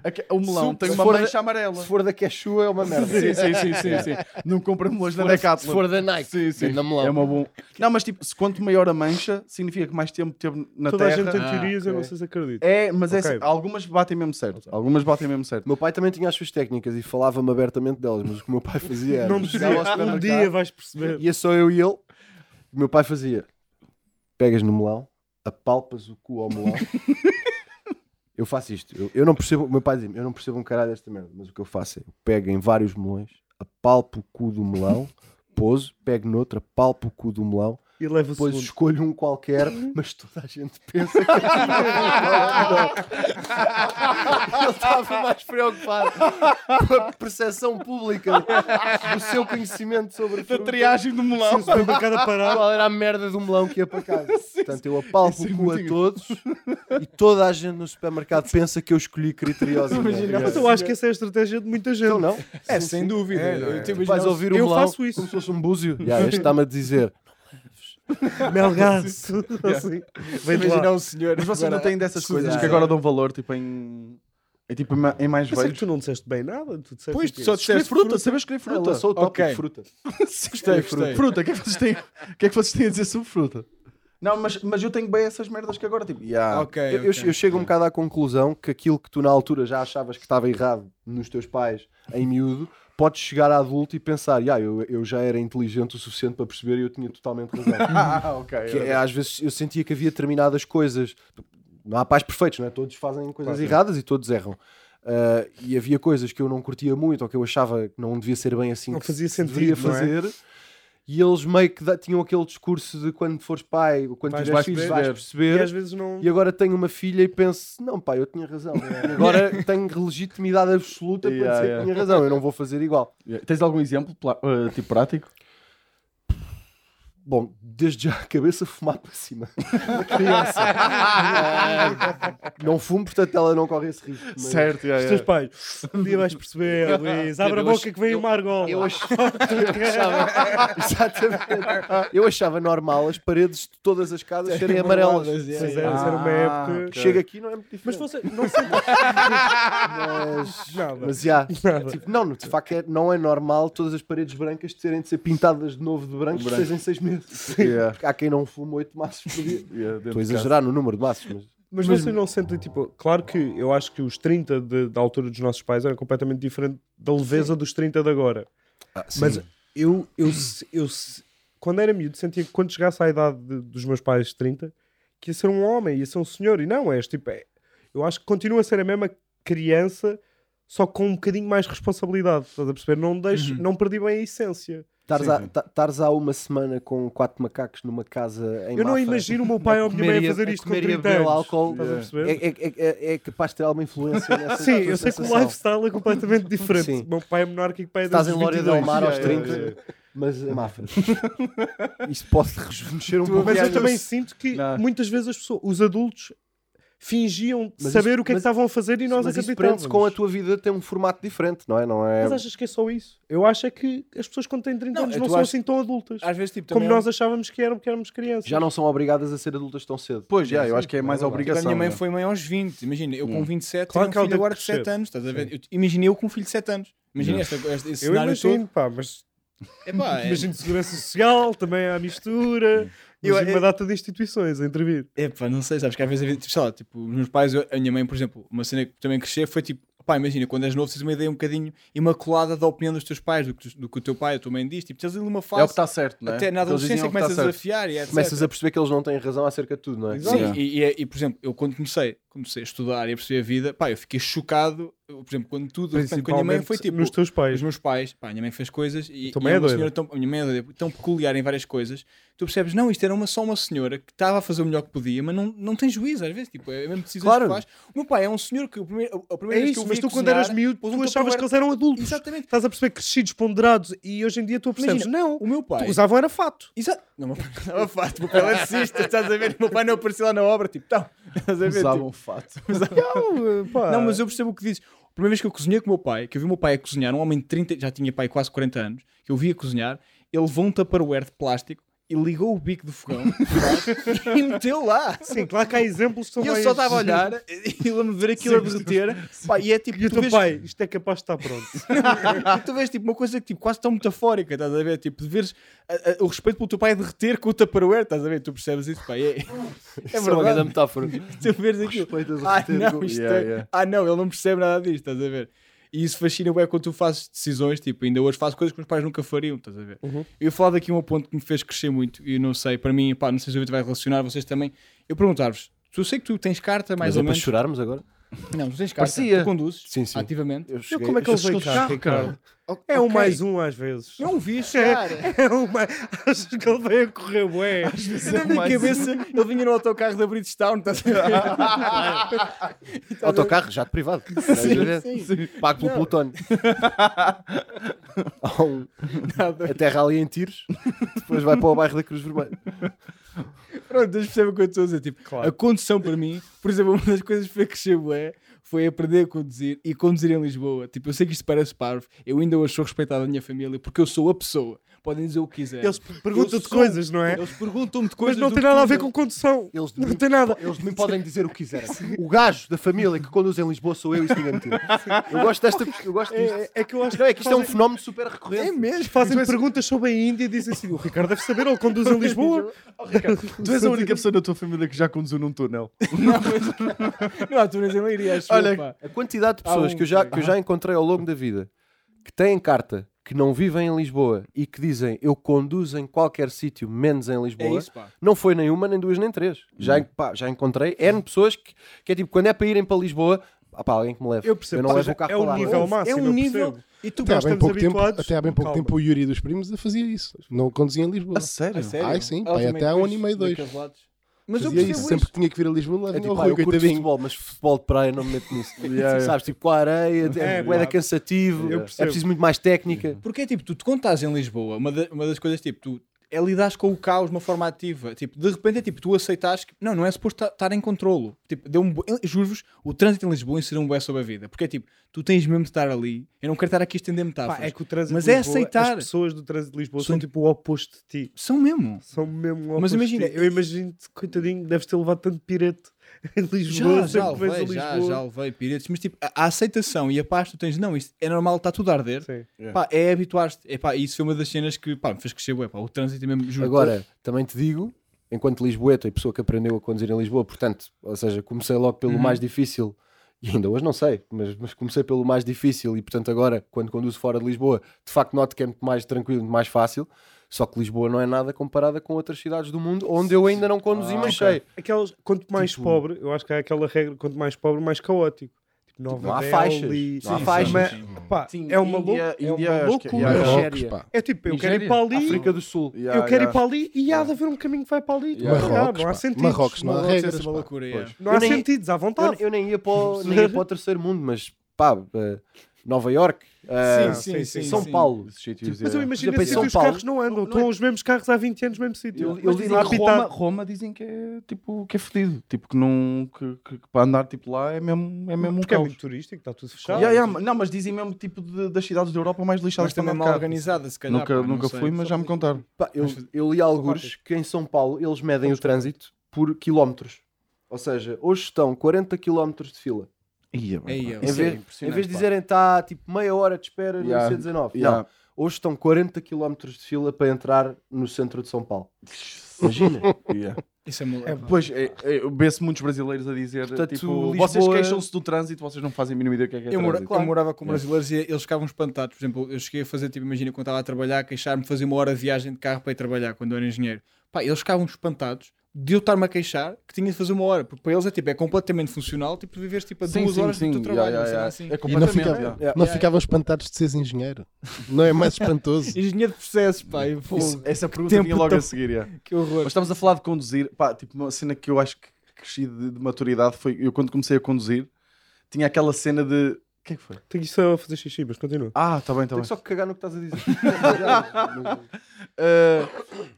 A: Aqui- O melão
G: Se-
A: tem
G: se
A: uma
G: for da-
A: mancha amarela.
G: Se for da Quechua é uma merda.
A: Sim, sim, sim, sim, sim. Não compra melões da Decathlon.
G: Se for da Nike,
A: Sim, sim.
G: na melão.
A: É uma bom. Não, mas tipo, se quanto maior a mancha, significa que mais tempo teve é na
E: Toda a
A: terra.
E: gente tem
D: Ah,
E: teorias, eu não
D: ok.
E: sei se acredito.
A: É, mas é
E: Ok.
A: assim, algumas batem mesmo certo. Algumas batem mesmo certo.
G: Meu pai também tinha as suas técnicas e falava-me abertamente delas, mas o que o meu pai fazia era
E: Não me
G: chegava ao
E: dizia, um
G: supermercado,
E: dia vais perceber.
G: ia só eu e ele. O meu pai fazia: pegas no melão, apalpas o cu ao melão. eu faço isto. Eu, eu não percebo, o meu pai dizia-me: eu não percebo um caralho desta merda, mas o que eu faço é: eu pego em vários melões, apalpo o cu do melão, pouso, pego noutra, apalpo o cu do melão,
E: E leva o
G: depois
E: segundo.
G: escolho um qualquer, mas toda a gente pensa que é é? ele estava mais preocupado com a percepção pública do seu conhecimento sobre a
D: um
G: fruta.
A: triagem do melão.
E: Foi para cada parada.
G: Qual era a merda do melão que ia para casa? Portanto, eu apalpo o cu a todos e toda a gente no supermercado pensa que eu escolhi criteriosamente.
E: Mas eu acho que essa é a estratégia de muita gente.
G: Então não,
D: É, sem dúvida. Eu te
G: vais
D: imagino-
G: ouvir o
E: eu
G: melão
E: faço isso.
G: como se fosse um búzio. Ya, este está-me a dizer,
E: Melgaço. assim. Vem de
D: imaginar
E: lá.
D: um senhor.
A: Mas vocês não
D: agora-
A: têm dessas
D: Estudar.
A: coisas que agora dão valor, tipo em. É tipo em ma- em mais
E: Eu sei que
A: velhos.
E: tu não disseste bem nada. Tu disseste
D: Pois,
E: o quê?
D: só
A: Escolher
D: disseste
A: fruta, sabes escolher
G: fruta,
A: fruta.
G: sou o tópico
D: Ok.
G: fruta.
D: Gostei, gostei.
A: Fruta, o que é que vocês têm, o que é que vocês têm a dizer sobre fruta? Não, mas, mas eu tenho bem essas merdas que agora, tipo, yeah.
D: Ok,
G: Eu, eu- eu chego um bocado à conclusão que aquilo que tu na altura já achavas que estava errado nos teus pais em miúdo, podes chegar a adulto e pensar, "Ya, eu, eu já era inteligente o suficiente para perceber e eu tinha totalmente razão.
A: Ah, ok.
G: que é, às vezes eu sentia que havia determinadas coisas. Não há pais perfeitos, não é? Todos fazem coisas erradas e todos erram. Ah, e havia coisas que eu não curtia muito ou que eu achava que não devia ser bem assim
E: Não
G: que
E: fazia
G: se deveria
E: sentido, não é?
G: fazer. E eles meio que da- tinham aquele discurso de quando fores pai, ou quando
E: Vais-
G: tiveres
E: vais
G: filhos,
E: perceber.
G: vais
E: E
G: perceber.
E: às vezes não.
G: E agora tenho uma filha e penso, não pá, eu tinha razão. E agora tenho legitimidade absoluta para
A: Yeah,
G: dizer
A: yeah.
G: que tinha razão, eu não vou fazer igual.
A: Yeah. Tens algum exemplo, pla- eh, tipo, prático?
G: Bom, desde já a cabeça fumar para cima da criança. Ah, não fumo, portanto ela não corre esse risco. mas-
A: Certo, yeah,
E: Os teus pais. Um dia vais perceber, Luís. Abre a
G: Eu
E: boca
G: acho-
E: que vem uma argola.
G: Eu ach- eu achava... Exatamente. Eu achava normal as paredes de todas as casas serem amarelas.
D: Amarelas, yeah,
E: Pois
D: yeah.
E: é, mas era uma
A: Ah,
E: época.
A: ok.
G: Chega aqui não é muito diferente.
E: Mas você. Não sei.
G: Mas-
E: Nada.
G: Mas já,
E: Nada.
G: tipo, não, de facto é, não é normal todas as paredes brancas terem de ser pintadas de novo de branco, de seis em seis meses.
A: Yeah.
G: Porque há quem não fuma oito maços por dia.
A: Yeah, dentro
G: Estou a
A: de casa.
G: exagerar no número de maços, mas
E: Mas vocês não sentem, tipo, claro que eu acho que os 30 de- da altura dos nossos pais era completamente diferente da leveza dos 30 de agora.
G: Ah,
E: Mas eu, eu, se- eu, se- quando era miúdo, sentia que quando chegasse à idade de- dos meus pais, 30, que ia ser um homem, ia ser um senhor. E não, és tipo, é- eu acho que continua a ser a mesma criança, só com um bocadinho mais responsabilidade. Estás a perceber? Não, deixo,
G: Uhum.
E: não perdi bem a essência.
G: estares a- ta- estares há uma semana com quatro macacos numa casa em
E: eu não
G: Mafra,
E: imagino o meu pai ou a minha mãe a
G: comeria-
E: fazer isto com
G: comeria
E: 30
G: bem
E: anos.
G: álcool.
E: Estás a perceber?
G: É, é- é- é capaz de ter alguma influência nessa
E: Sim,
G: tua
E: eu sei que o
G: sensação.
E: lifestyle é completamente diferente.
G: Sim.
E: Meu pai é monárquico, pai é
G: Estás em
E: desde
G: Lória
E: 22.
G: del Mar aos
E: Yeah, yeah,
G: 30,
E: yeah.
G: mas a Mafra. Isso pode rejuvenescer um pouco.
E: Mas eu
G: Aliás,
E: também sinto que
A: Não.
E: muitas vezes as pessoas, os adultos fingiam
G: Mas
E: saber
G: isso-
E: o que é que
G: mas-
E: estavam a fazer e nós
G: mas isso
E: acreditávamos.
G: prende-se com a tua vida tem um formato diferente, não é? Não é...
E: Mas achas que é só isso? Eu acho é que as pessoas quando têm 30
D: Não,
E: anos
D: eu
E: não
D: tu
E: são
D: acho-
E: assim tão adultas.
D: Às vezes, tipo,
E: Como
D: também.
E: nós é achávamos que eram, porque éramos crianças.
G: já não são obrigadas a ser adultas tão cedo.
A: Pois, yeah, eu acho que é mais
D: Tipo,
A: obrigação.
D: a minha mãe
A: né?
D: foi mãe aos 20. Imagina, eu com 27
E: Claro
D: claro
E: que
D: tenho
E: ela
D: um filho
E: teve
D: agora
E: que
D: de
E: crescer.
D: 7 anos. Estás a ver? Eu- Imaginei eu com um filho de 7 anos. Imagina este, este, este
E: Eu
D: é cenário
E: imagino,
D: todo.
E: pá, mas
D: Epá, é-
E: imagino segurança social, também há mistura,
D: Eu-
E: imagino uma
D: eu-
E: data de instituições a intervir.
D: Epá, não sei, sabes que às vezes, tipo, sei lá, tipo, os meus pais, eu- a minha mãe, por exemplo, uma cena que também crescer foi tipo, pá, imagina, quando és novo tens uma ideia um bocadinho imaculada da opinião dos teus pais, do que, tu- do que o teu pai ou a tua mãe diz, tipo, tens ali uma
A: É o que
D: fase,
A: está certo, né?
D: até na
A: Eles dizem é
D: adolescência
A: o que tá
D: começas a
A: certo.
D: desafiar e etc.
G: Começas a perceber que eles não têm razão acerca de tudo, não é?
D: Sim,
A: Yeah.
D: e, e- e, por exemplo, eu quando comecei, comecei a estudar e a perceber a vida, pá, eu fiquei chocado, eu, por exemplo, quando tudo, de repente, com a minha mãe foi tipo,
E: nos teus pais.
D: os meus pais, pá, a minha mãe fez coisas e, e
E: tua mãe é
D: uma
E: doida.
D: senhora tão, a minha mãe é doida, tão peculiar em várias coisas, tu percebes, não, isto era uma, só uma senhora que estava a fazer o melhor que podia, mas não, não tem juízo às vezes, tipo, é mesmo decisão
G: Claro.
D: que faz. O meu pai é um senhor que o primeiro, a a
E: É
D: primeira vez que
E: isso,
D: eu
E: mas
D: vi
E: tu quando
D: cozinhar,
E: eras miúdo,
D: pôs
E: tu
D: um
E: achavas que
D: tupperware-
E: eles eram adultos.
D: Exatamente.
E: Estás a perceber crescidos, ponderados e hoje em dia tu percebes.
D: Imagina,
E: não,
D: O meu pai...
E: usavam era fato.
D: Exato. Não, meu pai não estava farto, meu pai era artista, estás a ver? O meu pai não apareceu lá na obra, tipo, tá, estás a ver? tipo,
A: Usavam fato.
E: Ah.
D: Não, eh, mas eu percebo o que dizes. A primeira vez que eu cozinhei com o meu pai, que eu vi o meu pai a cozinhar, um homem de 30, já tinha pai quase 40 anos, que eu vi a cozinhar, ele levou um tupperware de plástico e ligou o bico do fogão e meteu lá.
E: Sim, claro que há exemplos que são
D: E eu
E: mais-
D: só estava a olhar e e lembro-me de ver aquilo a derreter. Pá, e é tipo,
E: E o
D: tu
E: teu
D: vês-
E: pai, isto é capaz de estar pronto.
D: E tu vês tipo, uma coisa que tipo, quase tão metafórica, estás a ver? Tipo, de veres a- a- o respeito pelo teu pai derreter com o Tupperware, estás a ver? Tu percebes isso, pá. e É, é
G: Isso é uma grande
D: verdade.
G: metáfora.
D: Tu vês aquilo. Ah não, isto é- ah, não, ele não percebe nada disto, estás a ver? E isso fascina é quando tu fazes decisões, tipo, ainda hoje faço coisas que os pais nunca fariam, estás a ver?
G: Uhum.
D: Eu ia falar daqui um ponto que me fez crescer muito, e eu não sei, para mim, pá, não sei se o Vitor vai relacionar, vocês também. Eu perguntar-vos, tu sei que tu tens carta, mais
G: Mas
D: ou
G: é para
D: menos.
G: chorarmos agora?
D: Não, tu tens carta,
A: Parecia.
D: tu conduzes
G: Sim, sim.
D: ativamente.
G: Eu cheguei-
E: como é que ele
G: eu
E: veio
G: cheguei-
E: cá, Ricardo? É um
D: Ok.
E: mais um às vezes.
D: Não vi chegar.
E: É um mais... Achas que ele veio a correr, ué?
G: é
D: Na minha cabeça, ele vinha no autocarro da Bridgestone, estás a ver?
G: Autocarro, já de privado.
D: Sim.
G: Pago pelo plutónio. Há um- A terra ali em tiros, depois vai para o bairro da Cruz Vermelha.
D: Pronto, mas percebem o que eu estou a dizer. Tipo,
E: Claro.
D: A condução para mim, por exemplo, uma das coisas que foi crescer bué, foi aprender a conduzir e conduzir em Lisboa. Tipo, eu sei que isto parece parvo, eu ainda hoje sou respeitado da minha família porque eu sou a pessoa. Podem dizer o que quiserem.
E: Eles
D: Eu
E: perguntam-te
D: sou-
E: coisas, não é?
D: Eles perguntam-me de
E: Mas
D: coisas.
E: não
D: do
E: tem
D: que
E: nada a
D: tu-
E: ver com condução.
G: Eles de
E: Não
G: mim,
E: tem nada.
G: eles de mim podem dizer o que quiserem. O gajo da família que conduz em Lisboa sou eu e isso ninguém me tira. Eu gosto desta. Eu gosto disto.
E: É, é que É eu acho
G: Não, é que isto é um fenómeno super recorrente.
E: mesmo. Então, Fazem perguntas sobre a Índia e dizem assim: o Ricardo deve saber, ele conduz em Lisboa. Oh,
A: Tu és a única pessoa da tua família que já conduziu num túnel.
D: Não, há túneis em Leiria, acho
A: Olha,
D: eu, pá.
G: A quantidade de pessoas
D: Ah, um,
G: que, eu já, que eu já encontrei ao longo da vida que têm carta, que não vivem em Lisboa e que dizem eu conduzo em qualquer sítio, menos em
D: É
G: Lisboa,
D: isso, pá.
G: não foi nenhuma, nem duas, nem três.
E: Hum.
G: Já, en- pá, já encontrei N pessoas que, que é tipo, quando é para irem para Lisboa, ah, pá, alguém que me leve.
E: Eu percebo.
G: não
E: Ou
G: levo
E: seja,
G: o carro
E: é
G: para
E: um
G: lá.
E: nível máximo.
D: é
E: eu
D: um nível.
E: percebo.
D: E tu
E: Até
H: Até há,
E: Nós
H: bem
E: estamos
H: pouco tempo,
E: habituados.
H: até há bem pouco
E: Calma.
H: tempo o Yuri dos Primos fazia isso. Não conduzia em Lisboa.
A: A sério?
D: A sério?
H: Ai, sim,
D: Ela
H: pá,
D: também
H: até há um
D: fez
H: ano e meio, dois.
D: daqueles lados. Mas eu
H: Fazia isso.
D: percebo
H: Sempre
D: isso.
H: que tinha que vir a Lisboa, lá
G: É
H: vinha o
G: tipo, ah,
H: Rui,
G: eu curto
H: coitadinho.
G: futebol, mas futebol de praia não me meto nisso.
A: Yeah, yeah.
G: Sabes, tipo, com a areia, é,
E: É,
G: é,
E: pá.
G: cansativo,
E: Eu
G: é
E: percebo.
G: preciso muito mais técnica.
D: Porque é tipo, tu, tu quando estás em Lisboa, uma, da- uma das coisas tipo, tu é lidares com o caos de uma forma ativa. Tipo, de repente é tipo, tu aceitas que não, não é suposto ta- estar em controlo. Tipo, deu um bo- eu juro-vos, o trânsito em Lisboa ensinou um bué sobre a vida. Porque é tipo, tu tens mesmo de estar ali. Eu não quero estar aqui a estender
E: Pá,
D: metáforas.
E: é que o trânsito
D: Mas
E: de
D: é
E: Lisboa,
D: aceitar.
E: As pessoas do trânsito de Lisboa
D: São-
E: são tipo o oposto de ti.
D: São mesmo.
E: São mesmo o
D: Mas
E: oposto de
D: imagina-
E: ti. Eu imagino-te, coitadinho, deves ter levado tanto pirete em Lisboa.
D: Já,
E: sempre
D: já
E: que vens a
D: levei, já,
E: Lisboa.
D: já levei piretes, mas tipo, a, a aceitação e a paz que tu tens, não, isto é normal, está tudo a arder.
E: Sim.
D: Pá, é habituar-te. É pá, isso foi uma das cenas que pá, me fez crescer, bué, pá, o trânsito é mesmo, juro.
G: Agora, também te digo, enquanto Lisboeta e pessoa que aprendeu a conduzir em Lisboa, portanto, ou seja, comecei logo
D: Uhum.
G: pelo mais difícil, e ainda hoje não sei, mas, mas comecei pelo mais difícil, e portanto agora, quando conduzo fora de Lisboa, de facto noto que é muito mais tranquilo, muito mais fácil, só que Lisboa não é nada comparada com outras cidades do mundo, onde eu ainda não conduzi,
D: Ah,
G: mas sei.
E: Aquelas, quanto mais pobre, eu acho que há aquela regra: quanto mais pobre, mais caótico. Tipo, Nova
G: Não há
E: Delhi,
G: faixas, não há
E: sim,
G: faixas.
E: sim, mas, pá,
A: Sim,
E: é uma
A: Índia-
E: loucura. É
A: Índia,
E: uma
A: acho que-
E: loucura.
A: yeah, yeah.
H: Marrocos, pá.
E: É tipo, eu
A: Nigéria,
E: quero ir para ali,
G: África do Sul.
E: eu quero ir para ali e há de haver um caminho que vai para ali.
A: Yeah.
E: Não,
H: Marrocos,
E: não há
H: pá.
E: sentidos.
H: Marrocos, não há
D: Marrocos é
H: regras,
D: uma
H: pá.
D: loucura, é.
E: Não há
G: Eu nem-
E: sentidos, à
G: Eu,
E: vontade.
G: eu nem ia para o, nem ia para o terceiro mundo, mas pá, eh, Nova York,
E: Ah,
D: sim, sim,
G: São
D: sim.
G: Paulo. eh,
A: Esses sítios,
E: Mas
A: é.
E: eu imagino
G: Já
E: assim
G: pensou
E: que os
G: Paulo?
E: carros não andam. Estão os mesmos carros há 20 anos no mesmo sítio.
A: Eu, eu
E: Mas
A: li
E: dizem
A: lá
E: que
A: Roma, Roma dizem que é tipo que é fedido, tipo que não que, que- que para andar tipo lá é mesmo é mesmo um
E: Porque é
A: caos.
E: muito turístico, está tudo fechado.
A: Yeah, yeah, mas- não, mas dizem mesmo tipo de- das cidades da Europa mais lixadas
D: Mas
A: para
D: também
A: andar de
D: mal
A: carro.
D: organizada, se calhar.
A: Nunca
D: pá, não
A: nunca
D: sei.
A: fui, mas já me contaram.
G: Pá, eu, eu li alguns que em São Paulo eles medem o trânsito por quilómetros. Ou seja, hoje estão 40 quilómetros de fila.
A: Ia, bem,
D: Ei,
A: pá.
D: eu-
G: Em
D: isso é
G: vez, em
D: impressionante,
G: vez de
D: pá.
G: dizerem está tipo meia hora de espera
A: Yeah.
G: no C19.
A: Yeah.
G: Não. Hoje estão 40 quilómetros de fila para entrar no centro de São Paulo. Imagina.
A: Yeah.
D: Isso é maluco.
A: Pois, é, é, eu vê-se muitos brasileiros a dizer,
G: Portanto,
A: tipo,
G: Lisboa-
A: vocês queixam-se do trânsito, vocês não fazem a mínima ideia do que é que é
D: Eu, mora-
A: trânsito.
D: eu morava com
A: Yeah.
D: brasileiros e eles ficavam espantados. Por exemplo, eu cheguei a fazer, tipo, imagina quando estava a trabalhar, queixar-me de fazer uma hora de viagem de carro para ir trabalhar quando eu era engenheiro. Pá, eles ficavam espantados de eu estar-me a queixar que tinha de fazer uma hora, porque para eles é tipo, é completamente funcional, tipo, viveres tipo a
A: Sim,
D: duas
A: sim,
D: horas
A: sim,
D: do teu
A: yeah,
D: trabalho,
A: yeah,
D: uma cena
A: yeah.
D: assim.
A: É
H: E não,
A: completamente.
H: ficava,
A: yeah.
H: não ficavam espantados de seres engenheiro. Não é mais espantoso.
D: Engenheiro de processos, pá, e, pô,
A: Isso- essa pergunta
D: tempo
A: vinha logo
D: tão-
A: a seguir, yeah.
D: que horror.
A: Mas estamos a falar de conduzir. Pá, tipo, uma cena que eu acho que cresci de, de maturidade foi. Eu, quando comecei a conduzir, tinha aquela cena de. O que é que foi?
E: Tenho só a fazer xixi, mas continua.
A: Ah, tá bem, tá
G: Tem
A: bem.
G: que só cagar no que estás a dizer.
A: Ah,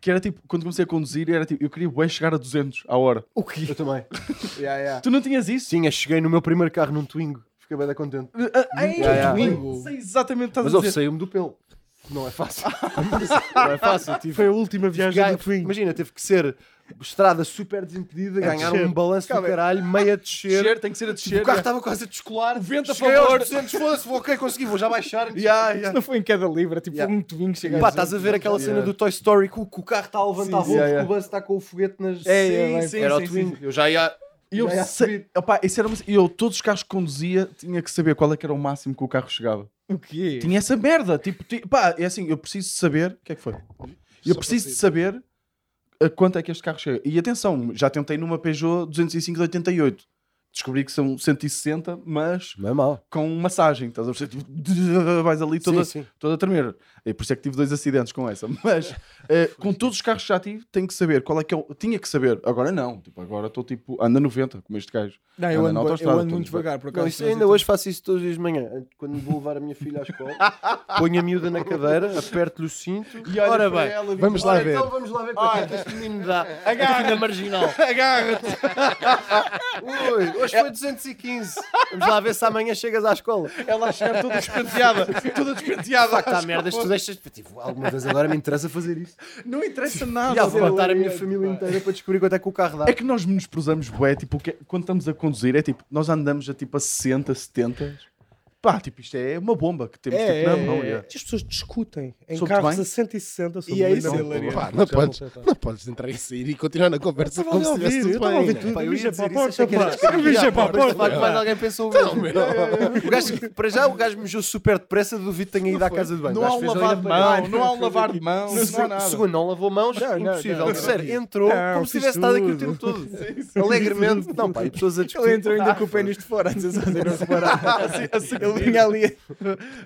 A: que era tipo, quando comecei a conduzir, era tipo, eu queria bué chegar a 200 à hora.
D: O quê?
G: eu também. Yeah, yeah.
A: Tu não tinhas isso?
G: Sim, eu cheguei no meu primeiro carro num Twingo. Fiquei bem contente.
A: Ah, ai,
G: Yeah, yeah.
A: Sei exatamente o que estás
G: Mas
A: a
G: eu
A: dizer.
G: saiu-me do pelo. Não é fácil. não é fácil. Tive,
E: Foi a última viagem
G: Gai-
E: do Twingo.
G: Imagina, teve que ser estrada super desimpedida, ganhar
E: descer.
G: um balanço do caralho, meia descer. Tipo, é.
A: Descer, tem que ser a descer.
G: o carro estava quase a descolar.
A: Vento a
G: Cheguei
A: favor.
G: aos 200, foda-se, vou, ok, consegui, vou já baixar.
A: Ya,
F: Isso
A: ya.
F: não foi em queda livre, é tipo
G: Yeah.
F: um tubinho que chega
G: Pá,
F: a-
G: estás a ver aquela cena do Toy Story que o, que o carro está a levantar
A: Sim,
G: voo,
A: sim,
G: que
A: é.
G: o bus está com o foguete nas...
A: É, é, bem. Sim,
G: Era
A: sim,
G: o
A: sim,
G: Twingo.
A: sim.
G: Eu já ia...
A: E eu
G: Já ia
A: sei, opá, isso era uma- e eu todos os carros que conduzia tinha que saber qual é que era o máximo que o carro chegava.
F: O quê?
A: Tinha essa merda, tipo, ti- pá, é assim, eu preciso de saber, o que é que foi? Eu preciso de saber a quanto é que este carro chega. E atenção, já tentei numa Peugeot 205 de 88. Descobri que são 160, mas
G: Não é mal.
A: com massagem, estás a perceber? Tipo, vais ali toda,
G: sim, sim.
A: toda a tremer. E por isso é que tive dois acidentes com essa. Mas eh, com todos os carros que já tive, tenho que saber qual é que eu tinha que saber. Agora não, tipo, agora estou tipo, anda 90, como este gajo.
F: Não,
A: Anda
F: eu
A: na
F: ando, eu
A: autoestrada,
F: ando muito
A: todos bem.
F: devagar, por acaso.
G: Não, isso,
F: mas
G: ainda
F: eu-
G: hoje faço isso todos os dias de manhã. Quando vou levar a minha filha à escola, ponho a miúda na cadeira, aperto-lhe o cinto.
A: E olha
G: Ora
A: para
G: bem,
A: ela e diz,
H: Vamos lá
G: Ora,
H: ver.
G: então vamos lá ver quanto é que este menino dá. Agarra marginal. Agarra-te. Ui, hoje foi 215. Vamos lá ver se amanhã chegas à escola.
A: Ela a chegar toda despenteada, toda despenteada.
G: Pá, que tá merdas, tu deixas. Tipo, alguma vez agora me interessa fazer isso.
A: Não interessa
G: Já
A: nada.
G: Ah, vou matar a minha família inteira para descobrir quanto é que o carro dá.
A: É que nós menosprezamos bué, tipo, o que é- quando estamos a conduzir, é tipo, nós andamos a tipo a 60, 70. Pá, tipo, isto é uma bomba que temos tipo, na mão. é.
E: As pessoas discutem em
A: Sobre
E: carros
A: bem?
E: a 160 sobre
F: E é
E: o
F: isso,
E: Lidl.
F: Hilaria.
H: Pá, não podes, não podes entrar e sair e continuar na conversa
E: Estava
H: como
E: a
H: se
E: ouvir, eu
H: estivesse tudo
E: estava a ouvir
H: bem.
E: tudo.
G: Pá, eu
E: Mija
G: ia
E: para a
G: dizer isso, achei que era
E: porta, pá. Mija para a
G: Mas de
E: porta.
G: facto, mais alguém pensou. O gajo, para já, o gajo mijou super depressa, duvido que tenha ido à casa de banho.
A: Não
G: O
A: há
G: gajo
A: um
G: fez ali
A: lavar
G: a
A: de
G: banheira.
A: mão, não há um lavar de mão, não há nada.
G: Segundo, não lavou mãos, impossível. Terceiro, entrou
E: Não,
G: como se
E: fiz
G: tivesse estado aqui o
E: tudo.
G: tempo todo. Alegremente. Não, pá, e pessoas a
F: Ele
G: discutir. Ah,
F: entrou ainda com o pênis de fora, antes de não reparar. Ele vinha ali.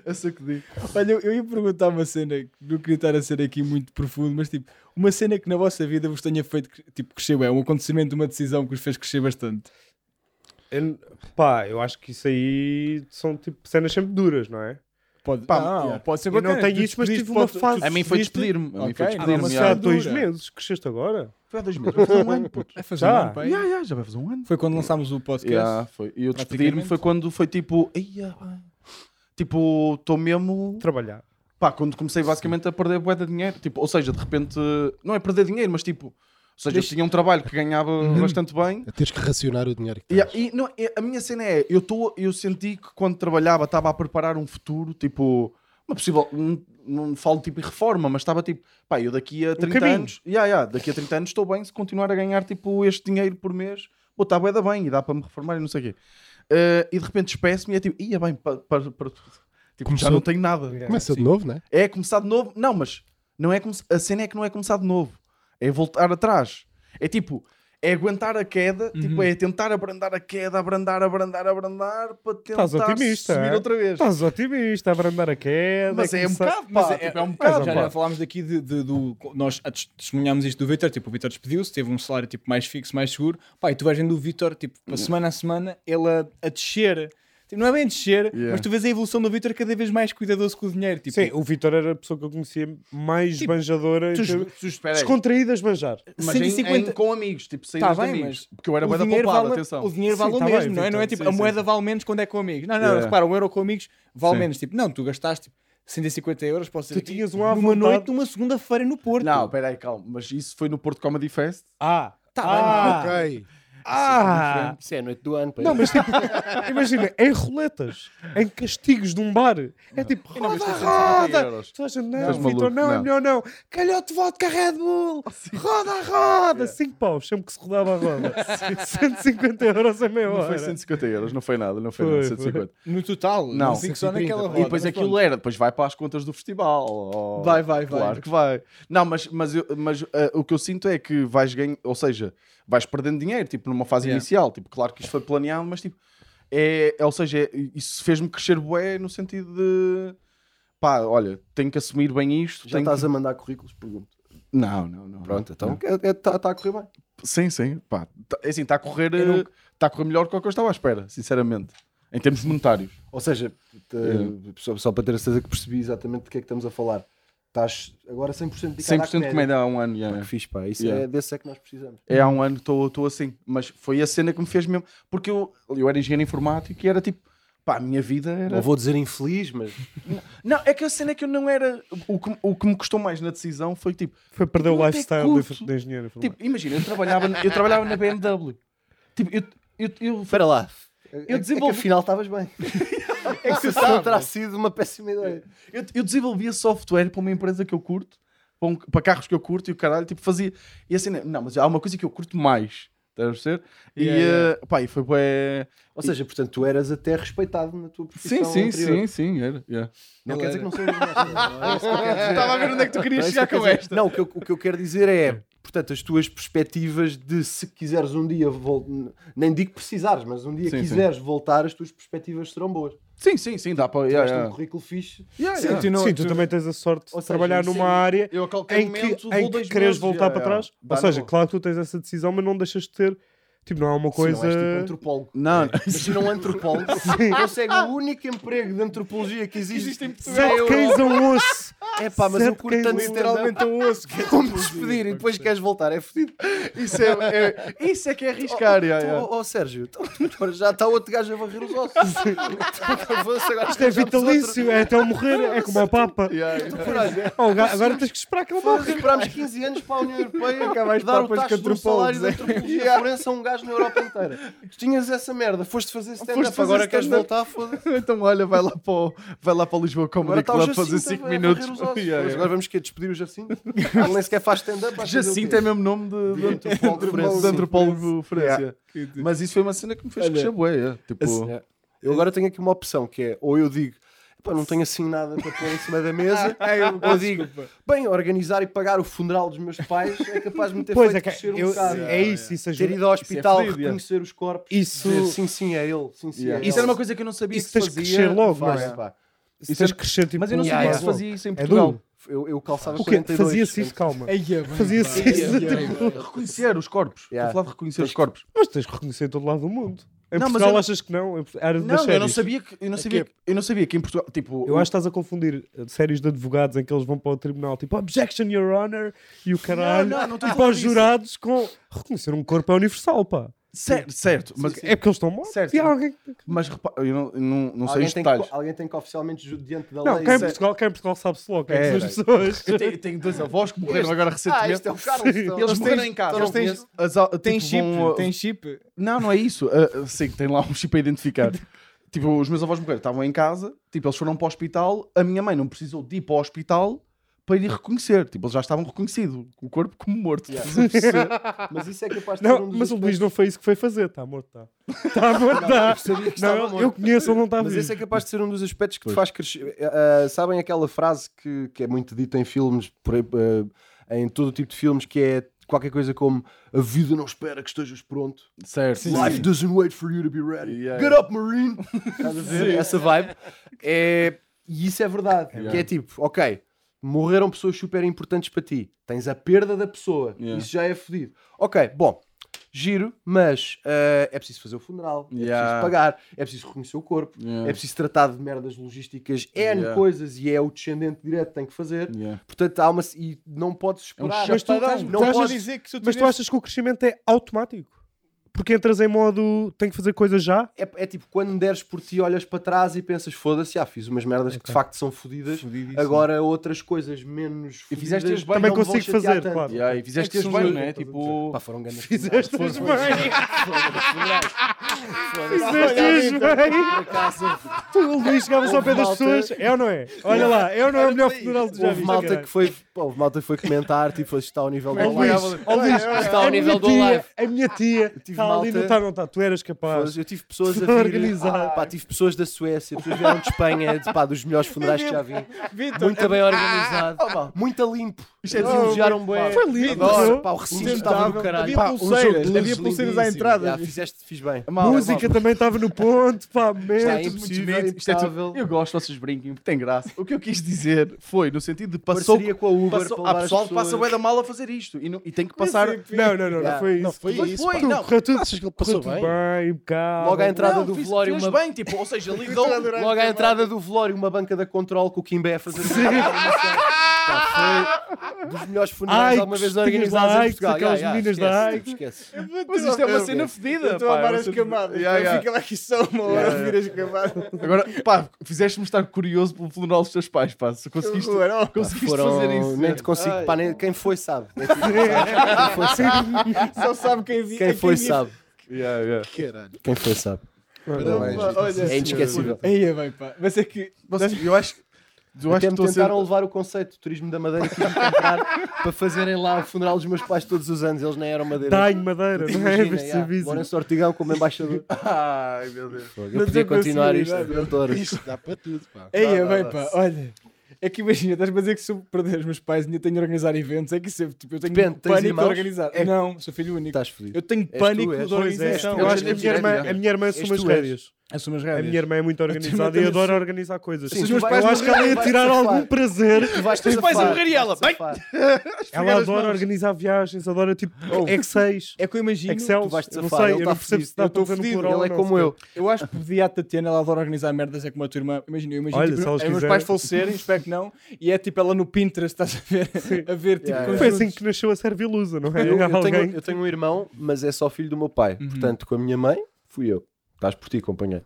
A: A sacudir.
F: Olha, eu, eu ia perguntar uma cena, que não queria estar a ser aqui muito profundo, mas tipo, uma cena que na vossa vida vos tenha feito cre- tipo, crescer, é um acontecimento, uma decisão que vos fez crescer bastante.
E: Eu- Pá, eu acho que isso aí são tipo cenas sempre duras, não é?
F: Pode,
A: Pá,
F: não,
A: yeah.
F: pode ser
E: Eu
F: bacana.
E: não tenho
F: Tu
E: isso, mas
F: despediste
E: tive uma
F: ponto-
E: fase.
A: A mim foi
E: despediste-
A: despedir-me. A mim foi
F: Ok, não,
A: despedir-me.
F: mas
E: Há
A: já.
E: dois
F: dura.
E: meses. Cresceste agora?
A: Foi há dois meses, vai fazer um ano. puto.
F: É fazer
E: Já.
F: um ano, pá, é?
A: Ya, ya, já vai fazer um ano.
F: Foi quando lançámos o podcast.
A: Ya, foi. E eu despedir-me
F: Praticamente.
A: foi quando foi tipo. "Eia, pá." Tipo, estou mesmo.
E: Trabalhar.
A: Pá, quando comecei basicamente a perder bué de dinheiro. Tipo, ou seja, de repente. Não é perder dinheiro, mas tipo. Ou seja, eu tinha um trabalho que ganhava
F: Uhum.
A: bastante bem.
H: né? Tens que racionar o dinheiro que tens.
A: E, a- e não, e a minha cena é, eu, tô, eu senti que quando trabalhava estava a preparar um futuro, tipo, uma possível, não, não falo tipo em reforma, mas estava tipo, pá, eu daqui a 30
E: caminho.
A: anos, yeah, yeah, daqui a 30 anos estou bem, se continuar a ganhar tipo este dinheiro por mês, vou estar bué da bem e dá para me reformar e não sei o quê. Eh, e de repente despeço-me e é tipo, ia bem, pa, pa, pa- tipo, já
H: Começou-
A: não tenho nada.
H: Começa de novo, né?
A: É começar de novo, não, mas não é come- a cena é que não é começar de novo, é voltar atrás. É tipo, é aguentar a queda,
E: Uhum.
A: tipo, é tentar abrandar a queda, abrandar, abrandar, abrandar, para tentar
E: Estás otimista,
A: subir
E: é?
A: outra vez.
E: Estás otimista, abrandar a queda.
A: Mas é um
E: começar-
A: bocado,
F: Mas
A: pá,
F: é-
A: tipo, é um bocado.
F: Já,
A: pá.
F: já falámos daqui de, de- do. Nós a- testemunhámos isto do Vitor, tipo, o Vitor despediu-se, teve um salário tipo, mais fixo, mais seguro. Pá, e tu vais vendo o Vitor, tipo, pá, semana a semana, ele a, a descer. Tipo, não é bem a descer,
A: Yeah.
F: mas tu vês a evolução do Vitor cada vez mais cuidadoso com o dinheiro. Tipo,
E: Sim, o Vitor era a pessoa que eu conhecia mais
F: Tipo,
E: esbanjadora.
F: tu-
E: e-
A: Tu espera aí.
E: Descontraída a esbanjar.
A: Mas em- em-
F: 150
A: com amigos, tipo, saídas
F: Tá
A: de
F: bem,
A: amigos.
F: mas
A: Porque eu era
F: o
A: bué da
F: dinheiro
A: poupada,
F: vale-
A: atenção.
F: O dinheiro
E: Sim,
F: vale o
E: tá
F: mesmo,
E: bem,
F: não é? Não é
E: Vitor,
F: tipo,
E: sim,
F: a
E: sim.
F: moeda vale menos quando é com amigos. Não, não,
A: Yeah.
F: repara, um euro com amigos vale
A: Sim.
F: menos. Tipo, não, tu gastaste tipo, 150 euros, posso dizer, tipo,
E: Tu tinhas um à
F: numa
E: vontade.
F: noite, numa segunda-feira no Porto.
A: Não, espera aí, calma. Mas isso foi no Porto Comedy Fest.
E: Ah!
F: Tá
E: ah,
H: Ok.
E: Ah!
G: Isso é a noite do ano.
E: Não, mas tipo, imagina, em roletas, em castigos de um bar, é tipo, roda, roda!
A: euros.
E: Estás a
A: Estás
E: não,
A: maluco,
E: Vitor, não, é
A: não.
E: melhor não. Calhou-te vodka Red Bull! Roda,
A: É.
E: roda! 5 paus, sempre que se rodava a roda. 150 euros a meia
A: Não foi
E: hora.
A: 150 euros, não foi nada, não foi,
E: Foi,
A: nada,
E: foi.
A: 150.
F: No total,
A: Não,
F: não fico só
H: 130,
F: naquela é roda.
A: E depois
F: mas
A: aquilo
F: pronto.
A: era, depois vai para as contas do festival. ó.
F: Vai, vai, vai.
A: Claro que vai. Não, mas, mas, eu- mas ah, o que eu sinto é que vais ganhar, ou seja, vais perdendo dinheiro, tipo, numa fase
F: Yeah.
A: inicial. Tipo, claro que isto foi planeado, mas tipo, é, é- ou seja, é- isso fez-me crescer bué no sentido de pá, olha, tenho que assumir bem isto.
G: Já
A: tenho
G: estás
A: que...
G: a mandar currículos, pergunto.
A: Não, não, não.
G: Pronto, então está a correr bem.
A: Sim, sim, pá. Tá- é assim, está a correr,
F: Eu não-
A: eh, tá a correr melhor do que o que eu estava à espera, sinceramente. Em termos monetários.
G: Ou seja, te-
A: É.
G: só, só para ter a certeza que percebi exatamente do que é que estamos a falar. Estás agora 100% dedicado
A: 100% de
G: à
A: comédia há um ano, já.
G: Que fixe, pá. Isso
A: Yeah.
G: é desse é que nós precisamos.
A: É há um ano que estou assim. Mas foi a cena que me fez mesmo. Porque eu, eu era engenheiro informático e era tipo, Pá, a minha vida era.
G: Não vou dizer infeliz, mas.
A: Não, é que a cena é que eu não era. O que, o que me custou mais na decisão foi tipo.
E: Foi perder
A: Não
E: o
A: é
E: lifestyle
A: curto.
E: de, de engenheiro. informático.
A: tipo imagina, eu trabalhava, eu trabalhava na BMW. Tipo, eu. eu, eu
G: Espera lá.
A: Eu desenvolvi-
G: É que afinal estavas bem. é que isso não terá sido uma péssima ideia.
A: Eu, eu desenvolvia software para uma empresa que eu curto, para, um- para carros que eu curto e o caralho, tipo, fazia. E assim, não, mas há uma coisa que eu curto mais, estás a perceber? E,
D: Yeah,
A: eh, pá, e foi bué- um
G: Ou seja, portanto, tu eras até respeitado na tua profissão.
A: Sim, sim, sim,
G: anterior.
A: sim, era. yeah.
G: Não
D: Ele
G: quer dizer que
D: era.
G: não sou engenheiro.
A: Estava a ver onde é que tu querias
G: Não, isso
A: chegar
G: quer
A: com
G: dizer-
A: esta.
G: Não, o que, eu, o que eu quero dizer é, portanto, as tuas perspectivas de se quiseres um dia voltar, nem digo precisares, mas um dia
A: Sim,
G: quiseres voltar, as tuas perspectivas serão boas.
A: Sim, sim, sim, dá para.
G: Yeah,
A: yeah,
G: um
A: yeah.
G: currículo fixe.
A: Yeah,
E: Sim,
A: yeah.
E: tu, não- tu também tens a sorte
G: Ou
E: de
G: seja,
E: trabalhar
G: sim.
E: numa área
A: Eu a qualquer
E: em que,
A: momento
E: em
A: vou
E: que
A: dois
E: queres
A: meses,
E: voltar
A: yeah,
E: para
A: yeah.
E: trás.
A: Dá
E: Ou
A: na
E: seja,
A: boa.
E: claro que tu tens essa decisão, mas não deixas de ter. Tipo, não há
A: um
E: uma coisa.
G: Se não és tipo
A: é
G: antropólogo.
A: Não,
G: Imagina um antropólogo consegue o único emprego de antropologia que existe.
A: Existe em
G: É
E: Sete
G: eu-
E: cães a um osso!
G: É pá, mas eu
E: Sete
G: curto
E: cães
G: tanto stand-up.
D: Literalmente um osso.
G: Vou-me despedir e depois queres voltar, é fodido.
A: isso é, é- isso é que é arriscar. yeah,
G: Tu-
A: yeah.
G: Ó ó, Oh, Sérgio, então, agora já está outro gajo a varrer os ossos.
E: Isto é vitalício, é até eu morrer, é como ao Papa.
A: Yeah, yeah.
E: Oh, ga- agora tens que esperar que ele morra.
G: Esperámos 15 anos para a União Europeia
D: Nunca mais
G: dar o
D: papas
G: tacho
D: que
G: de um salário da
D: antropólogos,
G: antropologia forense a um gajo na Europa inteira. Tu tinhas essa merda, foste fazer
A: Foste
G: stand-up,
A: fazer
G: agora queres
A: stand-up.
G: voltar, foda-se.
A: Então, olha, vai lá para, o- vai lá para Lisboa
G: Agora
A: Comedy
G: está o
A: Club
G: Jacinto
A: fazer
G: a
A: 5
G: varrer
A: minutos.
G: os ossos.
A: Yeah,
G: Mas
A: yeah.
G: Agora vamos querer despedir o Jacinto? Ele nem sequer faz stand-up. vais fazer o
A: Jacinto
G: quê?
A: é mesmo nome de, de antropólogo,
G: Antropólogo,
A: de
G: sim.
A: antropólogo forense,
G: Yeah.
A: yeah. Mas isso foi uma cena que me fez crescer bué, yeah. tipo,
G: É. Eu agora tenho aqui uma opção que é, ou eu digo, "Epá, não tenho assim nada para pôr em cima da mesa, ou eu digo, bem, organizar e pagar o funeral dos meus pais é capaz de me ter
E: Pois é,
G: feito
E: que
G: crescer um
E: eu-
G: bocado.
E: é isso, isso
G: Ter
E: ajuda.
G: ido ao
A: Isso é
G: hospital,
A: fedido, yeah.
G: reconhecer os corpos,
E: Isso-
G: dizer sim, sim, é ele, sim, sim,
A: yeah.
G: é
A: Isso era
G: ela."
A: uma coisa que eu não sabia
E: Isso
A: que
E: tens
A: se
E: que
A: fazia.
E: crescer logo, não
G: Vai,
E: é?
G: pá.
E: Isso tens que crescer tipo.
A: Mas eu não sabia
G: Yeah,
A: que se
G: yeah.
A: fazia isso em
E: É
A: Portugal.
E: duro.
G: Eu, eu calçava
E: O quê?
G: 42.
E: Fazia-se isso, calma. Fazia-se isso. tipo-
A: reconhecer os corpos.
G: Yeah.
A: Estou a falar de reconhecer os corpos.
E: Mas tens de reconhecer em todo lado do mundo. Em
A: Não, mas
E: Portugal
A: eu não-
E: achas que não? Em- Era das
A: Não, eu não
E: séries.
A: sabia que eu não sabia, que- eu não sabia que em Portugal, tipo,
E: Eu acho que estás a confundir eh, séries de advogados em que eles vão para o tribunal, tipo Objection, Your Honor, e o caralho,
A: Não, não, não estou a falar
E: e para os
A: disso.
E: jurados com. Reconhecer um corpo é universal, pá.
A: certo, certo, mas
E: É porque eles estão mortos.
A: Certo.
E: E há alguém.
A: mas repara, eu não, eu não, não sei
G: alguém,
A: os
G: tem que,
A: detalhes.
G: alguém tem que oficialmente, ju- diante da
E: Não,
G: lei,
E: cá em
G: dizer,
E: Portugal, cá em Portugal sabe-se logo quem é, que são as
G: Peraí.
E: pessoas.
A: Eu tenho, tenho dois avós que morreram agora
G: ah,
A: recentemente.
G: este é o Carlos. então."
A: Tipo, Eles morreram em casa.
G: Então não conheço.
A: As a-
D: Tem
A: tipo,
D: chip,
A: vão a-
D: tem chip.
A: Não, não é isso. Ah, ah, sim, tem lá um chip a identificar. tipo, os meus avós morreram, estavam em casa, tipo, eles foram para o hospital, a minha mãe não precisou de ir para o hospital para ir reconhecer. Tipo, eles já estavam reconhecido, o corpo como morto.
G: Mas isso é capaz de ser
E: Não,
G: um dos
E: mas o
G: aspectos-
E: Luís não foi isso que foi fazer. Está morto, está. Está morto, está.
G: sabia que estava
E: Não,
G: morto.
E: eu conheço, ele não está
G: Mas
E: vivo.
G: esse é capaz de ser um dos aspectos que te faz crescer. Ah, ah, sabem aquela frase que, que é muito dita em filmes, por aí, ah, em todo tipo de filmes, que é qualquer coisa como a vida não espera que estejas pronto.
A: Certo.
G: Life doesn't wait for you to be ready.
A: Yeah.
G: Get up, Marine! Estás a ver? Essa vibe. É... E isso é verdade. Que é tipo, ok, morreram pessoas super importantes para ti. Tens a perda da pessoa.
A: Yeah.
G: Isso já é fodido. Ok, bom. Giro, mas ah, é preciso fazer o funeral, é
A: Yeah.
G: preciso pagar, é preciso reconhecer o corpo,
A: Yeah.
G: é preciso tratar de merdas logísticas, N
A: Hum. Yeah.
G: coisas, e é o descendente direto que tem que fazer.
A: Yeah. É um
G: Portanto, há uma. E não podes esperar.
E: Mas tu
G: Chapadão,
E: estás-
G: não
E: estás-
G: podes
D: dizer que se eu
E: Mas tu achas que o crescimento é automático? Porque entras em modo tem que fazer coisa já?
G: é, é tipo, quando deres por ti, olhas para trás e pensas, foda-se, ah, fiz umas merdas que de facto são fodidas, agora outras coisas menos
A: E
G: fodidas.
A: fizeste-as bem,
E: Também
G: não me vão
E: consigo
G: chatear
E: fazer,
G: tanto.
E: claro.
A: Yeah, e fizeste
E: É
A: as
E: que
A: bem,
E: são-
A: não é? Tipo,
G: Pá, foram grandes
E: Fizeste as bem. Fizeste as bem. Tu, o Luís, chegavas ao pé das
G: malta-
E: pessoas. É ou não é? Olha lá, é ou não é o melhor funeral de já
G: Houve
E: viste,
G: malta,
E: caralho?
G: que foi, pá, houve malta que foi comentar, tipo, isto está ao nível da
E: Ó Luís,
G: live.
E: ó Luís,
G: Está ao
E: a minha
G: nível do
E: tia,
G: live.
E: a minha tia,
G: tive
E: está ali,
G: malta-
E: não está, não está, tu eras capaz.
G: Foda-se, Eu tive pessoas a
E: Estou
G: vir, ah,
E: organizado.
G: pá, tive pessoas da Suécia, pessoas vieram de Espanha, de, pá, dos melhores funerais que já vi.
D: Vitor,
G: Muito bem organizado, pá, muito limpo.
A: Isto é
G: Eles
A: lindo.
G: elogiaram bem.
E: Foi lindo,
G: Adoro,
E: bro.
G: pá, o recinto estava do caralho.
D: Havia
G: Pá,
A: um jogo
D: pulseiras,
A: de
D: havia
A: luzes
D: pulseiras à
A: lindíssimo.
D: entrada.
G: já fizeste, fiz bem.
A: mal,
E: Música também estava no ponto, pá,
G: Está
E: mesmo.
G: impossível,
A: mal. Isto é tudo-
G: impecável.
A: Eu gosto, vocês brinquem, porque tem graça. O que eu quis dizer foi, no sentido de passou.
G: Parceria com a Uber
A: passou-
G: para
A: há
G: levar as
A: pessoal que passa
G: pessoas.
A: bué da mal a fazer isto e, não- e tem é que passar.
E: Não, não, não, não
G: Yeah.
E: foi
H: Não
E: isso.
H: foi
A: Mas
H: isso.
A: foi,
H: pá.
A: não.
H: Correu tudo, achas que ele passou
E: Tudo
H: bem?
E: bem, cá.
G: Logo à entrada
A: Não,
G: do
A: fiz-
G: velório,
A: fez
G: uma...
A: bem, tipo, ou seja, lidou
G: logo à entrada do velório, uma banca da Control com o Kimbé a fazer. Pá, foi dos melhores funerais
E: Aikos,
G: alguma vez
E: tinhas lá
G: organizados em
E: Aikos,
G: Portugal.
E: aquelas
G: Ya, ya,
E: meninas da
G: esquece,
E: Aikos.
G: Esquece.
A: Mas isto é uma cena fedida. é Estou a várias camadas.
D: Fica lá aqui só uma hora a ouvir as cavadas.
A: Agora, pá, fizeste-me estar curioso pelo funeral dos teus pais, pá. Se conseguiste,
D: oh.
A: conseguiste fazer
G: Foram...
A: isso.
G: Nem te consigo... pá, nem- Quem foi sabe. Nem te- Quem foi sabe.
D: Só sabe quem viu.
G: Quem foi sabe.
A: Yeah, yeah.
I: Caralho.
G: Quem foi sabe.
I: Parabéns.
G: É inesquecível.
D: Aí é bem, pá. Mas é que.
A: Vocês- eu acho que. Eu acho
G: Até
A: que
G: me
A: estou a
G: tentaram
A: ser...
G: levar o conceito do turismo da Madeira que iam comprar para fazerem lá o funeral dos meus pais todos os anos. Eles nem eram madeirenses.
E: Dá-lhe madeira, não é?
G: Imagina,
E: Mas
G: já,
E: serviço.
G: Lourenço Ortigão como embaixador.
A: Ai, meu Deus.
G: Eu podia continuar isto durante horas.
I: Isto dá para tudo, pá.
D: Aí é bem, pá. Olha. É que imagina, estás a dizer que se eu perder os meus pais ainda tenho de organizar eventos. É que sempre, tipo, eu tenho
G: Depende, tens
D: pânico de
G: irmãos?
D: organizar. Não, sou filho único.
G: Estás fodido.
D: Eu tenho
G: tu,
D: pânico
G: és
D: de
G: tu,
E: Pois é,
D: organização.
E: eu acho que a minha irmã, a minha irmã são
G: És
E: umas
G: tu, és.
E: rédeas.
D: Assumo as
E: A
D: rédeas.
E: minha irmã é muito organizada e
D: também
E: adora organizar coisas.
G: Sim,
E: Os
G: tu
E: meus
G: vais
E: pais, eu acho que ela ia
G: morrer,
E: tirar
G: vais-te
E: algum
G: safar.
E: prazer.
G: Tu vais ter pais a morrer e ela.
E: Ela adora organizar viagens, adora tipo X6,
D: É que eu imagino.
E: Excel.
G: tu vais-te
E: Não
G: safar,
E: sei,
G: ele
E: eu
G: tá
E: não percebo
G: fedido,
E: se dá
G: eu
E: para
G: tô
E: ver no
G: fedido,
E: plural.
G: ele é
E: não,
G: como
E: sequer.
G: eu.
D: Eu acho que podia a Tatiana, ela adora organizar merdas, é como a tua irmã. Imagina, eu imagino
E: Olha,
D: tipo,
E: se
D: é
E: elas
D: os meus
E: quiserem.
D: pais falecerem, espero que não, e é tipo ela no Pinterest, estás a ver? A ver tipo.
G: Yeah,
E: Foi
D: conjuntos.
E: assim que nasceu a Servilusa, não é?
G: Eu, eu
E: Alguém-
G: tenho, eu tenho um irmão, mas é só filho do meu pai. Portanto, com a minha mãe, fui eu. Estás por ti, companheiro.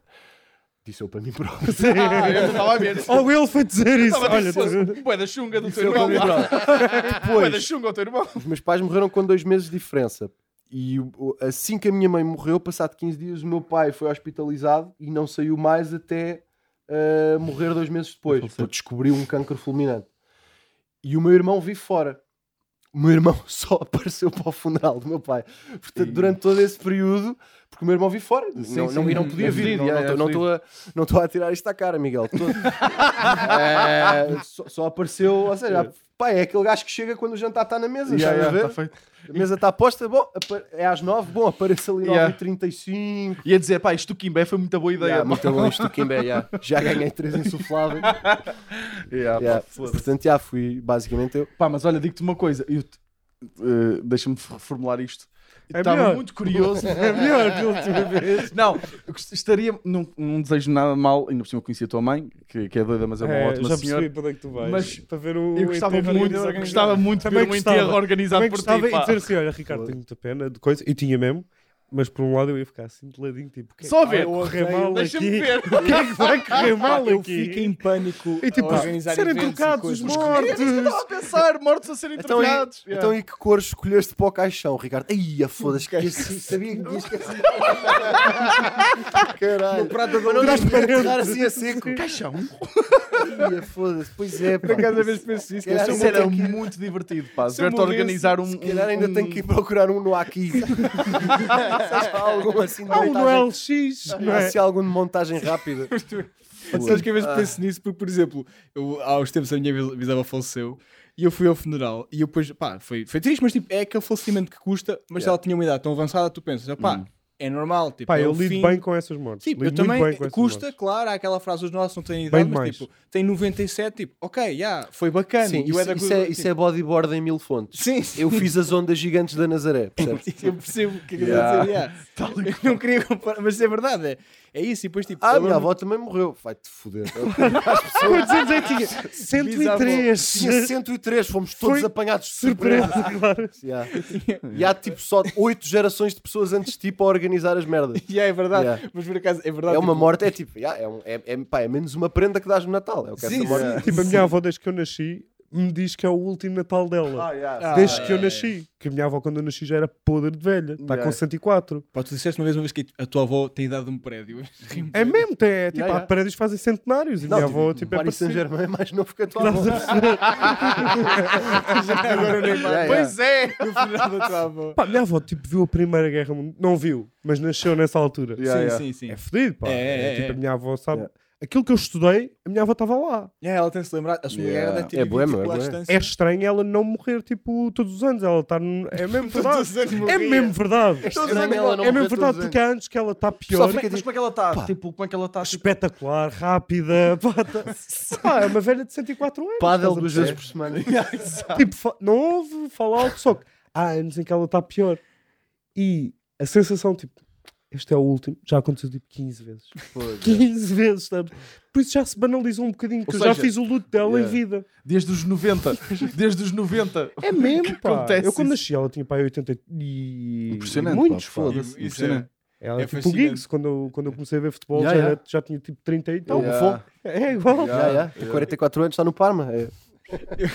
G: Disse eu para mim próprio.
D: Ah, é.
A: eu estava a ver.
E: Oh, ele foi dizer isso. Olha, tu-
A: Boé da chunga do teu
G: Disse é eu para
A: irmão.
G: mim próprio.
A: Boé da chunga ao teu irmão.
G: Os meus pais morreram com dois meses de diferença. E o- o- assim que a minha mãe morreu, passado 15 dias, o meu pai foi hospitalizado e não saiu mais até ah, morrer dois meses depois. Porque descobriu um cancro fulminante. E o meu irmão vive fora. O meu irmão só apareceu para o funeral do meu pai. Portanto, durante todo esse período, porque o meu irmão vive fora. não, não, e não podia vir.
A: Sim,
G: não-
A: é, é,
G: não estou a, não estou a tirar isto à cara, Miguel. Tô-
A: É.
G: Eh, só, só apareceu, ou seja, pá, é aquele gajo que chega quando o jantar está na mesa.
A: Yeah,
G: estás a
A: yeah,
G: ver?
A: tá feito.
G: A mesa está posta, bom, apa- é às 9, bom, apareça ali
A: Yeah.
G: 9h35.
A: Ia dizer, pá, isto do Kimbé foi muita boa ideia.
G: Yeah, muito bom isto do Kimbé, yeah. já ganhei 3 insufláveis.
A: Yeah, pá,
G: Yeah.
A: foda-se.
G: Portanto, já fui basicamente eu.
A: Pá, mas olha, digo-te uma coisa. eu te- eh, Deixa-me reformular isto.
E: É
A: Estava
E: melhor.
A: muito curioso.
E: é melhor que a última vez.
A: Não, eu gost- estaria. Não, não desejo nada de mal. Ainda por cima conheci a tua mãe, que, que é doida, mas é uma
E: É,
A: ótima
E: já
A: senhora.
E: percebi para onde é que tu vais.
A: Mas
E: para ver um o
A: Eu gostava
E: enterro
A: muito,
E: organizado.
A: gostava muito de
E: Também
A: ver um
E: gostava.
A: enterro organizado
E: Também
A: por
E: é gostava
A: ti.
E: e
A: Pá.
E: dizer assim: olha, Ricardo, tenho muita pena de coisa. E tinha mesmo, mas por um lado eu ia ficar assim de ladinho, tipo, que
A: Só
E: vai
A: ver.
E: correr mal
A: Deixa-me
E: aqui.
A: ver.
E: O que é que vai correr mal
D: Eu
E: aqui?
D: fico em pânico.
E: E tipo,
D: a organizar
E: serem
D: eventos e
E: trocados os
D: coisas.
E: mortos.
A: Estava a pensar, mortos a serem
G: Então, e,
A: trocados.
G: então, e que cores escolheste para o caixão, Ricardo? Ai, a foda-se, esqueci, sabia que tinha esquecido. Caralho,
D: Prata de
G: não
D: ouro.
G: dás para enterrar assim a seco.
A: Caixão.
G: Ai, a foda-se, pois é, pá.
D: Por acaso, às vezes penso isso.
G: Caralho,
A: Isso
G: se eu
A: era
G: morrer-
A: muito divertido, pá.
G: se eu
A: Ver-te
G: morresse,
A: organizar um.
G: Se calhar
A: um-
G: ainda
A: um-
G: tenho que ir procurar um no Aqui. Sabes, há algum assim de
E: Há um
G: montagem-
E: no LX, não
G: Há
E: é?
G: assim algum de montagem rápida.
D: Sabes que às vezes
G: Ah.
D: penso nisso, porque, por exemplo, eu, há uns tempos a minha bis- bisavó faleceu e eu fui ao funeral e eu depois, pá, foi, foi triste, mas tipo, é aquele falecimento que custa, mas se ela tinha uma idade tão avançada, tu pensas,
G: Hum.
D: pá, é normal, tipo,
E: Pá,
D: é
E: eu
D: o fim.
E: lido bem com essas mortes.
D: Sim,
E: Lido
D: eu
E: muito
D: também
E: bem com essas
D: custa,
E: mortes.
D: claro, há aquela frase, os nossos não têm idade,
E: Bem
D: mas
E: demais.
D: tipo, tem 97, tipo, ok, já, foi bacana.
G: Sim,
D: e o
G: isso,
D: da
G: isso
D: Cruz-
G: é, isso é bodyboard em mil fontes.
D: Sim, sim,
G: Eu fiz as ondas gigantes da Nazaré, percebes?
D: eu percebo o que é que eu estou a dizer, yeah. Eu não queria comparar, mas isso é verdade, é, é isso, e depois tipo...
G: Ah, a
D: eu
G: minha
D: lembro-
G: avó também morreu. Vai-te foder.
E: Quantos anos é que tinha? 103.
G: Tinha 103, fomos todos apanhados de
E: Surpresa,
G: surpresa.
E: claro.
G: Yeah. E há tipo só 8 gerações de pessoas antes de ti para organizar as merdas.
D: Yeah, é verdade,
G: Yeah.
D: mas por acaso, é verdade.
G: É uma
D: tipo,
G: morte, é tipo, yeah, é, um- é- é- pá, é menos uma prenda que dás no Natal. É o que essa
D: Sim,
G: morte.
D: sim.
E: Tipo, a minha avó, desde que eu nasci, me diz que é o último Natal dela.
A: Ah, yeah.
D: Ah,
E: desde que eu nasci. Que a minha avó, quando eu nasci, já era podre de velha. Está
A: Yeah.
E: com 104.
D: Pá, tu disseste uma vez, uma vez que a tua avó tem idade de um prédio.
E: É mesmo, tem, é, tipo,
G: yeah.
E: há prédios que fazem centenários. E a minha avó, tipo, é
G: Paris
E: parecida.
G: Saint-Germain é mais novo que a tua avó.
D: Agora nem
G: Yeah, yeah.
A: Pois é!
D: no final da tua avó.
E: Pá, a minha avó, tipo, viu a Primeira Guerra Mundial. Não viu, mas nasceu nessa altura.
A: Yeah,
D: sim,
A: yeah.
D: sim, sim,
E: É fodido, pá.
D: É,
E: É,
D: é,
E: tipo,
D: é.
E: a minha avó sabe.
G: Yeah.
E: Aquilo que eu estudei, a minha avó estava lá.
D: Yeah, É, ela tem-se lembrado. A Segunda
G: Yeah.
D: Guerra deve ter
G: É
D: vivido,
G: bué, meu,
D: tipo,
G: é
D: à
G: bué.
D: distância.
E: É estranho ela não morrer, tipo, todos os anos. Ela está. no- É mesmo verdade.
D: Todos os anos
E: É
D: morria.
E: mesmo verdade.
G: Estranho ela não
E: é mesmo
G: morrer todos
E: verdade,
G: os
E: porque há anos que ela está pior. tá
A: Mas como é- mas como é que ela está? Tipo, como é que ela está?
E: Espetacular, rápida. Pá, tá- Pá, é uma velha de 104 anos.
G: Pádel
A: é
E: estás a
G: duas
E: perceber?
G: vezes por semana.
E: Tipo, fa- não tá houve falar algo, só que há anos em que ela está pior. E a sensação, tipo, eu este é o último. Já aconteceu tipo 15 vezes. 15 vezes, sabes? Por isso já se banalizou um bocadinho, porque eu já
A: seja,
E: fiz o luto dela
A: yeah.
E: em vida.
A: Desde os 90. Desde os 90.
E: É mesmo, pá.
A: acontece
E: Eu quando
A: isso?
E: nasci ela tinha pá 80 e...
A: Impressionante,
E: e muitos,
A: pá, foda-se.
E: foda-se.
D: Isso é-
A: Impressionante.
E: Ela
D: É
E: é tipo o
D: fascinante.
E: Giggs, quando, eu- quando eu comecei a ver futebol
G: Yeah,
E: já,
G: yeah.
E: já tinha tipo 30 e tal.
G: Yeah.
E: Fo- É igual.
G: Já, já. Tem 44 anos, está no Parma. É.
D: Eu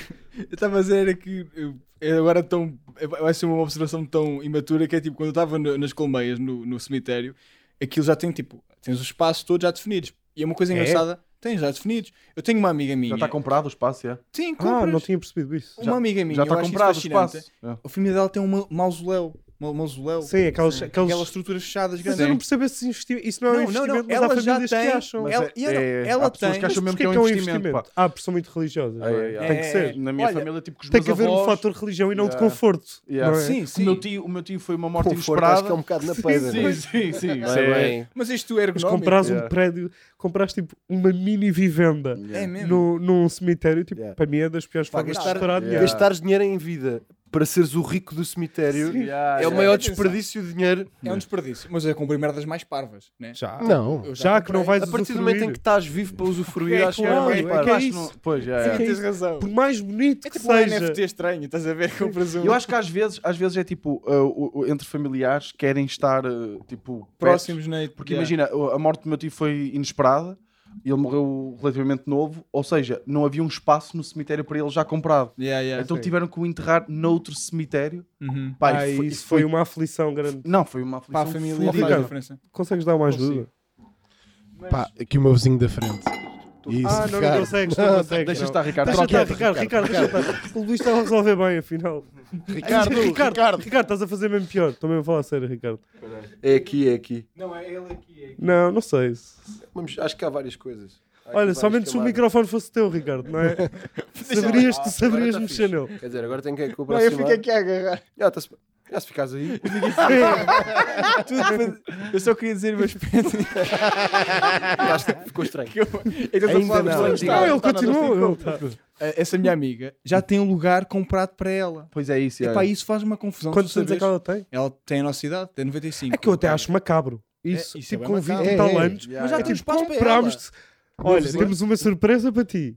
D: estava a dizer era que eu, eu agora tão. eu- Vai ser uma observação tão imatura que é tipo quando eu estava no- nas colmeias, no, no cemitério, aquilo já tem tipo. Tens os espaços todos já definidos. E é uma coisa
E: É?
D: engraçada. Tens já definidos. Eu tenho uma amiga minha.
A: Já tá está comprado o espaço, é?
D: Sim,
E: Ah,
D: compras. Um
E: não tinha percebido isso.
D: Uma amiga minha.
A: Já
D: eu
A: está
D: acho isso
A: comprado o
D: fascinante.
A: espaço. É.
D: A família dela tem um ma- mausoléu. ma- mausoléu.
E: Sim, aqueles... aqueles...
D: Aquelas estruturas fechadas
E: Mas
D: grandes.
E: eu não percebo esses investimentos. Isso não é um
D: Não, não, não,
E: investimento, mas
D: ela
E: há
D: já
E: famílias que
D: tem. um-
E: acham.
A: Mas
D: Ela-
A: é-
D: e ela-
A: é-
D: ela
A: há pessoas
D: tem-
A: que acham
E: Mas
A: mesmo
E: porquê
A: que é um investimento. pá.
E: Ah, porque são muito religiosas. não é?
A: É,
E: Tem que
D: é,
E: ser.
A: Na minha
D: Olha,
A: família, tipo, que os
E: Tem
A: meus
E: que haver um
A: avós-
E: fator religião e não de
A: Yeah.
E: conforto.
A: Yeah.
E: não é?
D: Sim,
A: O
D: sim.
A: meu tio- O meu tio foi uma morte
G: Conforto, acho que é
A: inesperada.
G: um bocado na
A: Sim,
G: pedra.
A: sim, sim, sim.
G: Não é
A: É-
G: bem.
D: Mas isto é
E: Mas
D: ergonómico.
E: compras um
G: Yeah.
E: prédio, compras tipo uma mini vivenda
D: É mesmo.
E: no, num cemitério, tipo,
G: Yeah.
E: para mim é das piores
G: Pá,
E: formas de
G: gastar-
E: estourar dinheiro.
A: Yeah.
G: Gastares dinheiro em vida para seres o rico do cemitério
A: Yeah,
G: é o
A: yeah.
G: maior desperdício de dinheiro.
D: É um desperdício. Mas eu comprei merdas mais parvas, né?
E: Já.
H: Não.
D: Eu
E: Já que não
D: comprei.
E: vais
G: A partir do momento em que estás vivo para usufruir,
E: um É
G: acho que
E: claro,
G: é
E: é
G: mais
E: que
G: barato.
E: é
A: Acho que não-
E: isso.
A: Pois, já,
E: Sim,
A: é.
E: que é
D: Tens razão.
E: Por mais bonito
D: É
E: que
D: tipo um
E: seja.
D: NFT estranho, estás a ver? Compras um.
A: Eu acho que às vezes, às vezes é tipo, uh, o- o- entre familiares querem estar uh, tipo perto.
D: próximos,
E: é,
D: né?
A: Porque imagina, a- a morte do meu tio foi inesperada, ele morreu relativamente novo, ou seja, não havia um espaço no cemitério para ele já comprado.
D: Yeah,
A: então
D: yeah, É,
E: tipo,
D: sim.
A: tiveram que o enterrar noutro cemitério.
D: Uhum.
A: Pá,
E: Ah,
A: e foi-
E: isso foi uma aflição grande.
A: Não, foi uma
E: um
D: Para
A: aflição.
D: a família
A: fodida.
D: faz
E: Ricardo.
D: diferença.
E: Consegues dar uma ajuda?
H: Pá, aqui o meu vizinho da frente. Isso,
E: Ah, não, não
H: Ricardo.
E: consegues, não consegues.
A: Deixa
E: não.
A: estar, Ricardo.
E: Deixa
A: troca.
E: estar, Ricardo, Ricardo, deixa estar. O Luís estava a resolver bem, afinal.
H: Ricardo,
E: Ricardo,
H: Ricardo.
E: Ricardo, estás a fazer mesmo pior. Estou mesmo a falar a sério, Ricardo.
G: É aqui, é aqui.
D: Não, é ele aqui.
E: Não, não sei.
G: Vamos- acho que há várias coisas. Há aqui
E: Olha,
G: várias
E: somente se o
G: camadas.
E: microfone fosse teu, Ricardo, não é? saberias
G: Ah,
E: tu
G: agora
E: saberias
G: tá
E: mexer
G: fixe.
E: nele.
G: Quer dizer, agora tenho que
D: Não,
G: comprar.
D: eu fico aqui a agarrar.
G: Já, tá-se- já se ficares aí.
D: Tudo para- Eu só queria dizer, mas pensa
G: Acho que ficou estranho.
D: que eu. Então, só falar
G: não.
D: pessoas que
E: Não,
D: estão-
E: ele
D: estão na
E: continua.
D: nossa-
E: Ele tá.
D: Eh, Essa minha amiga já tem um lugar comprado para ela.
A: Pois é isso, é.
D: Epá, isso faz uma confusão.
E: Quantos
D: tu
E: anos é que
D: sabes?
E: ela tem?
D: Ela tem a nossa idade, tem 95.
E: É que eu até acho macabro. Isso,
D: É, isso é
E: tipo
D: bem
E: com
D: macabro.
E: 20 e tal
H: É, é.
E: anos. tipo,
G: Já,
D: Mas
G: já.
D: já tem espaço para ela.
E: Comprámos-te. Olha, temos uma surpresa para ti.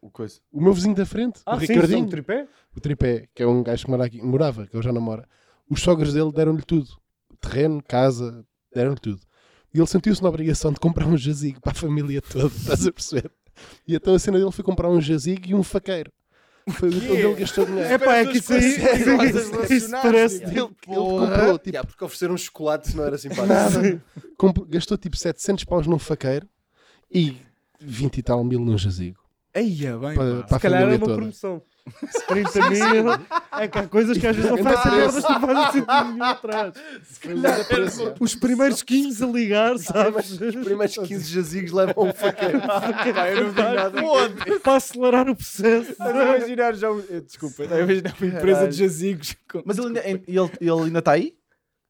A: O coisa.
H: O meu vizinho da frente,
D: Ah,
H: o
E: Ah, sim, são
H: Ricardinho,
E: tripé?
H: o tripé, que é um gajo que mora aqui, morava, que eu já namora. Os sogros dele deram-lhe tudo. Terreno, casa, deram-lhe tudo. E ele sentiu-se na obrigação de comprar um jazigo para a família toda, estás a perceber? E então a cena dele foi comprar um jazigo e um faqueiro. Foi onde ele gastou dinheiro.
E: É pá, é que isso aí.
D: Parece umas coisas
E: isso- Isso,
D: relacionadas,
E: parece.
D: já.
H: Ele, ele comprou, tipo,
G: Já, porque oferecer um chocolate se não era simpático.
H: comprou- gastou tipo 700 paus num faqueiro e 20 e tal mil num jazigo.
D: Eia, bem.
H: Para,
D: pá.
H: para a
E: Se calhar é
H: família
E: uma
H: toda.
E: promoção. 30 mil. É que há coisas que às vezes oferecem merdas que não fazem sentido nenhum atrás.
G: é
E: Os primeiros 15 a ligar, sabes?
G: Primeiros 15
D: assim.
G: jazigos levam um faqueiro.
D: Pá, eu não vi nada.
E: Para acelerar o processo.
D: Estás a imaginar já. um- eh, Desculpa, estás a imaginar uma empresa de jazigos. com-
A: Mas ele ainda, ele, ele ainda está aí?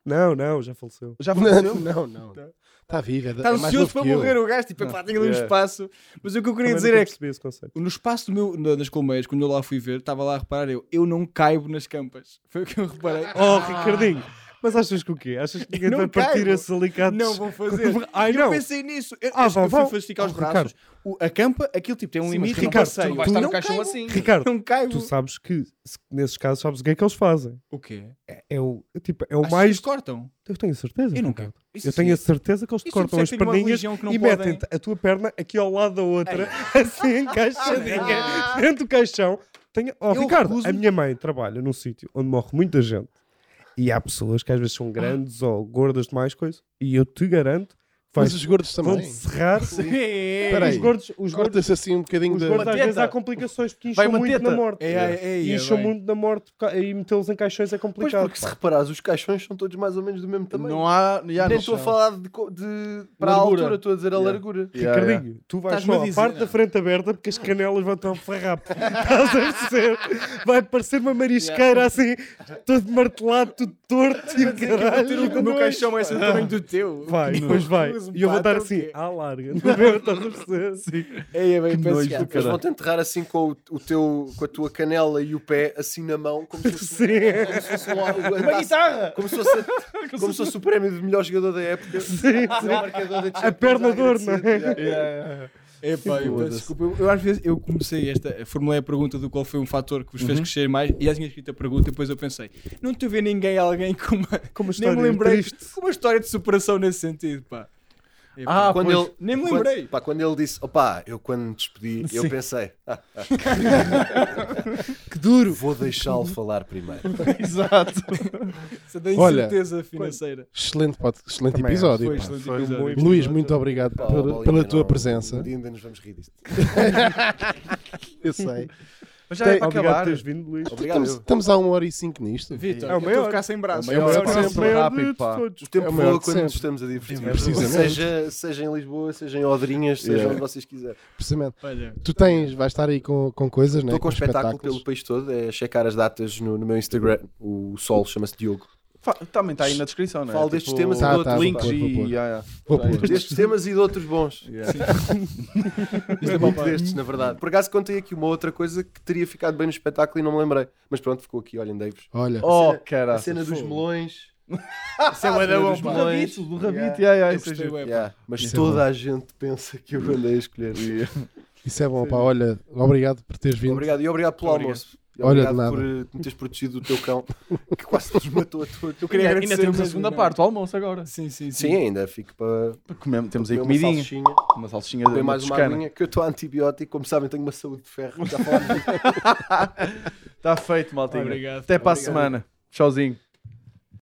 E: Não, não, já faleceu.
A: Já
H: Não,
A: faleceu?
H: não, não. Está vivo, é, da-
E: Tá
D: Está
H: é mais novo
D: Tá ansioso
H: que
D: para
H: eu.
D: morrer o gajo, tipo, pá, tem ali um
A: Yeah.
D: espaço. Mas o que eu
E: Também
D: queria
E: nunca
D: dizer é que
E: percebi esse conceito.
D: no espaço do meu, na- das colmeias, quando eu lá fui ver, estava lá a reparar eu, eu não caibo nas campas. Foi o que eu reparei.
E: Oh, Ricardinho, mas achas que o quê? Achas que ninguém
D: Não
E: vai partir
D: caibo.
E: esses alicates?
D: Não vou fazer.
E: Ai,
D: eu
E: não.
D: pensei nisso. Eu,
E: Ah,
D: eu
E: vão,
D: fui
E: vão.
D: esticar os
E: Oh,
D: braços. O- a campa, aquilo tipo tem um
A: Sim, mas
D: limite.
A: Ricardo,
D: e passeio.
A: tu não vais estar no
D: não
A: caixão
D: caibo.
A: assim.
E: Ricardo,
D: Não caibo.
E: tu sabes que se- nesses casos sabes o que é que eles fazem.
D: O quê?
E: É o, é tipo, é o
D: Achas que
E: mais.
D: eles cortam.
E: Eu tenho certeza.
D: Eu não
E: Ricardo.
D: Isso
E: Eu tenho a
D: sim.
E: certeza que eles te
D: Isso
E: cortam as
D: deve ser uma
E: perninhas
D: religião que não
E: e
D: podem.
E: metem a tua perna aqui ao lado da outra, assim
D: é
E: encaixadinha, dentro do caixão. Tenho... Oh,
D: Eu
E: Ricardo, a
D: recuso-me.
E: minha mãe trabalha num sítio onde morre muita gente e há pessoas que às vezes são grandes ou gordas demais, coisa, e eu te garanto que
H: Mas
E: vais
H: os gordos também.
E: vão serrar.
H: Espera
E: Os
H: aí.
E: gordos, os gordos,
H: Corta-se assim um bocadinho
E: os
H: de...
E: gordos às
A: teta.
E: vezes há complicações porque
A: Vai
E: incham
A: uma
E: muito
A: teta.
E: na morte.
D: É, é, é, é,
E: incham
D: bem.
E: muito na morte ca- e metê-los em caixões é
G: Pois
E: complicado.
G: porque se reparares, os caixões são todos mais ou menos do mesmo tamanho.
A: Não há. já
G: Nem
A: não
G: estou a
A: são.
G: falar de, co- de- para a
A: Largura.
G: altura, estou a dizer a
A: Yeah.
G: largura.
A: Yeah,
E: Ricardinho,
A: yeah.
E: tu vais
D: Estás-me
E: só
D: a
E: à
D: dizer,
E: parte
D: não?
E: da frente aberta porque as canelas vão estar um farrapo. Estás a perceber? Vai parecer uma marisqueira assim, todo martelado, tudo torto e o
D: Eu vou ter
E: caralho.
D: o meu
E: nojo.
D: caixão mais do tamanho do teu.
E: Vai, pois vai.
D: preso.
E: E eu vou
D: pá,
E: estar
D: então o
E: assim,
D: quê?
E: à larga. Estás a perceber?
D: Ei, é bem,
A: Que
D: penso
A: nojo
D: que-
A: do
G: Eles
A: caralho.
G: vão-te enterrar assim com, o, o teu, com a tua canela e o pé assim na mão, como se fosse,
E: Sim.
G: como se fosse um- um-
A: guitarra!
G: como se fosse- como se fosse o prémio de melhor jogador da época.
E: Sim.
G: O marcador da Champions,
E: A perna de ouro, não é?
G: agradecido, já.
D: Epá, eu peço
G: Foda-se.
D: desculpa. Eu, eu às vezes eu comecei esta, formulei a pergunta do qual foi um fator que vos fez crescer mais e já tinha escrito a pergunta e depois eu pensei, não estou a ver ninguém, alguém com uma,
E: Como
D: nem me lembrei com uma história de superação nesse sentido, pá. Epá,
G: Ah, quando
D: pois,
G: ele-
D: nem me
G: Quando-
D: lembrei.
G: pá, quando ele disse, opá, eu quando me despedi, eu pensei, "Ah, ah." que duro, vou deixá-lo falar primeiro.
A: Exato.
D: Essa da
H: Olha,
D: incerteza financeira.
H: Excelente, pod- excelente
E: Também
H: episódio.
D: Foi
H: pá.
D: excelente
E: foi
D: episódio.
E: muito-
H: Luís, muito obrigado
G: Pá,
H: pela-
G: bolinha,
H: pela tua
G: não,
H: presença. Então
G: um dia ainda nos vamos rir disto.
H: Eu sei.
A: Mas já é para
E: Obrigado por
A: acabar.
E: teres vindo, Luís.
G: Obrigado.
H: Estamos,
G: eu.
H: estamos há uma hora e cinco nisto.
D: Vitor,
E: É o
D: eu estou
E: maior.
D: a ficar sem braços.
H: É o maior
E: Sempre,
H: sempre,
E: maior
A: rápido,
E: de
A: pá.
E: todos.
G: O tempo
H: É o maior
G: voa
H: de
G: quando nos
H: sempre. É
G: estamos a divertir.
H: Precisamente.
G: Seja, seja em Lisboa, seja em Odrinhas, seja
H: Yeah.
G: onde vocês quiserem.
H: Precisamente.
D: Olha,
H: Tu tens, vais estar aí com, com coisas, né?
G: Estou com um espetáculo
H: espetáculos.
G: pelo país todo, é checar as datas no, no meu Instagram. O Sol chama-se Diogo.
A: Fa- Também está aí na descrição, não é?
G: Fala destes temas e
H: Tá,
G: de
H: tá,
G: outros
H: vou
A: links
G: links.
H: pôr, vou pôr.
A: e. Yeah, yeah.
H: Vou pôr.
G: Destes temas e de outros bons.
D: isto é
G: Muito
D: para-
G: destes, na verdade. Por acaso contei aqui uma outra coisa que teria ficado bem no espetáculo e não me lembrei. Mas pronto, ficou aqui, olhem, Davis.
H: Olha,
A: Oh, caralho.
G: A cena dos melões.
A: Isso é o
G: cena dos
A: do
G: melões.
A: rabito, do rabito. Yeah, yeah,
D: eu
A: isso é
D: gostei,
A: giro.
D: ué, pá.
G: Yeah, Mas
H: Isso é
G: toda a gente pensa que eu andei a escolher.
H: isso é bom, pá. Olha, obrigado por teres vindo.
G: Obrigado e obrigado pelo
D: Obrigado.
G: almoço. E
H: Olha, de
G: obrigado
H: nada.
G: por eh, me teres protegido do teu cão que quase nos matou a todos.
D: Eu queria
A: Ainda- Ainda
D: agradecer
A: temos a
D: mesmo,
A: segunda
D: não é?
A: parte, o almoço agora.
D: Sim, sim, sim.
G: Sim, ainda fico para
A: Comemos- Temos aí
G: comer uma
A: comidinha.
G: salsichinha,
A: Uma salsichinha
G: comer
A: de
G: mais uma
A: toscana.
G: aguinha, que eu estou a antibiótico, como sabem, tenho uma saúde de ferro. Já falámos disso.
A: Está Tá feito, maltinho.
D: Obrigado.
A: Até para a
G: Obrigado.
A: semana. Tchauzinho.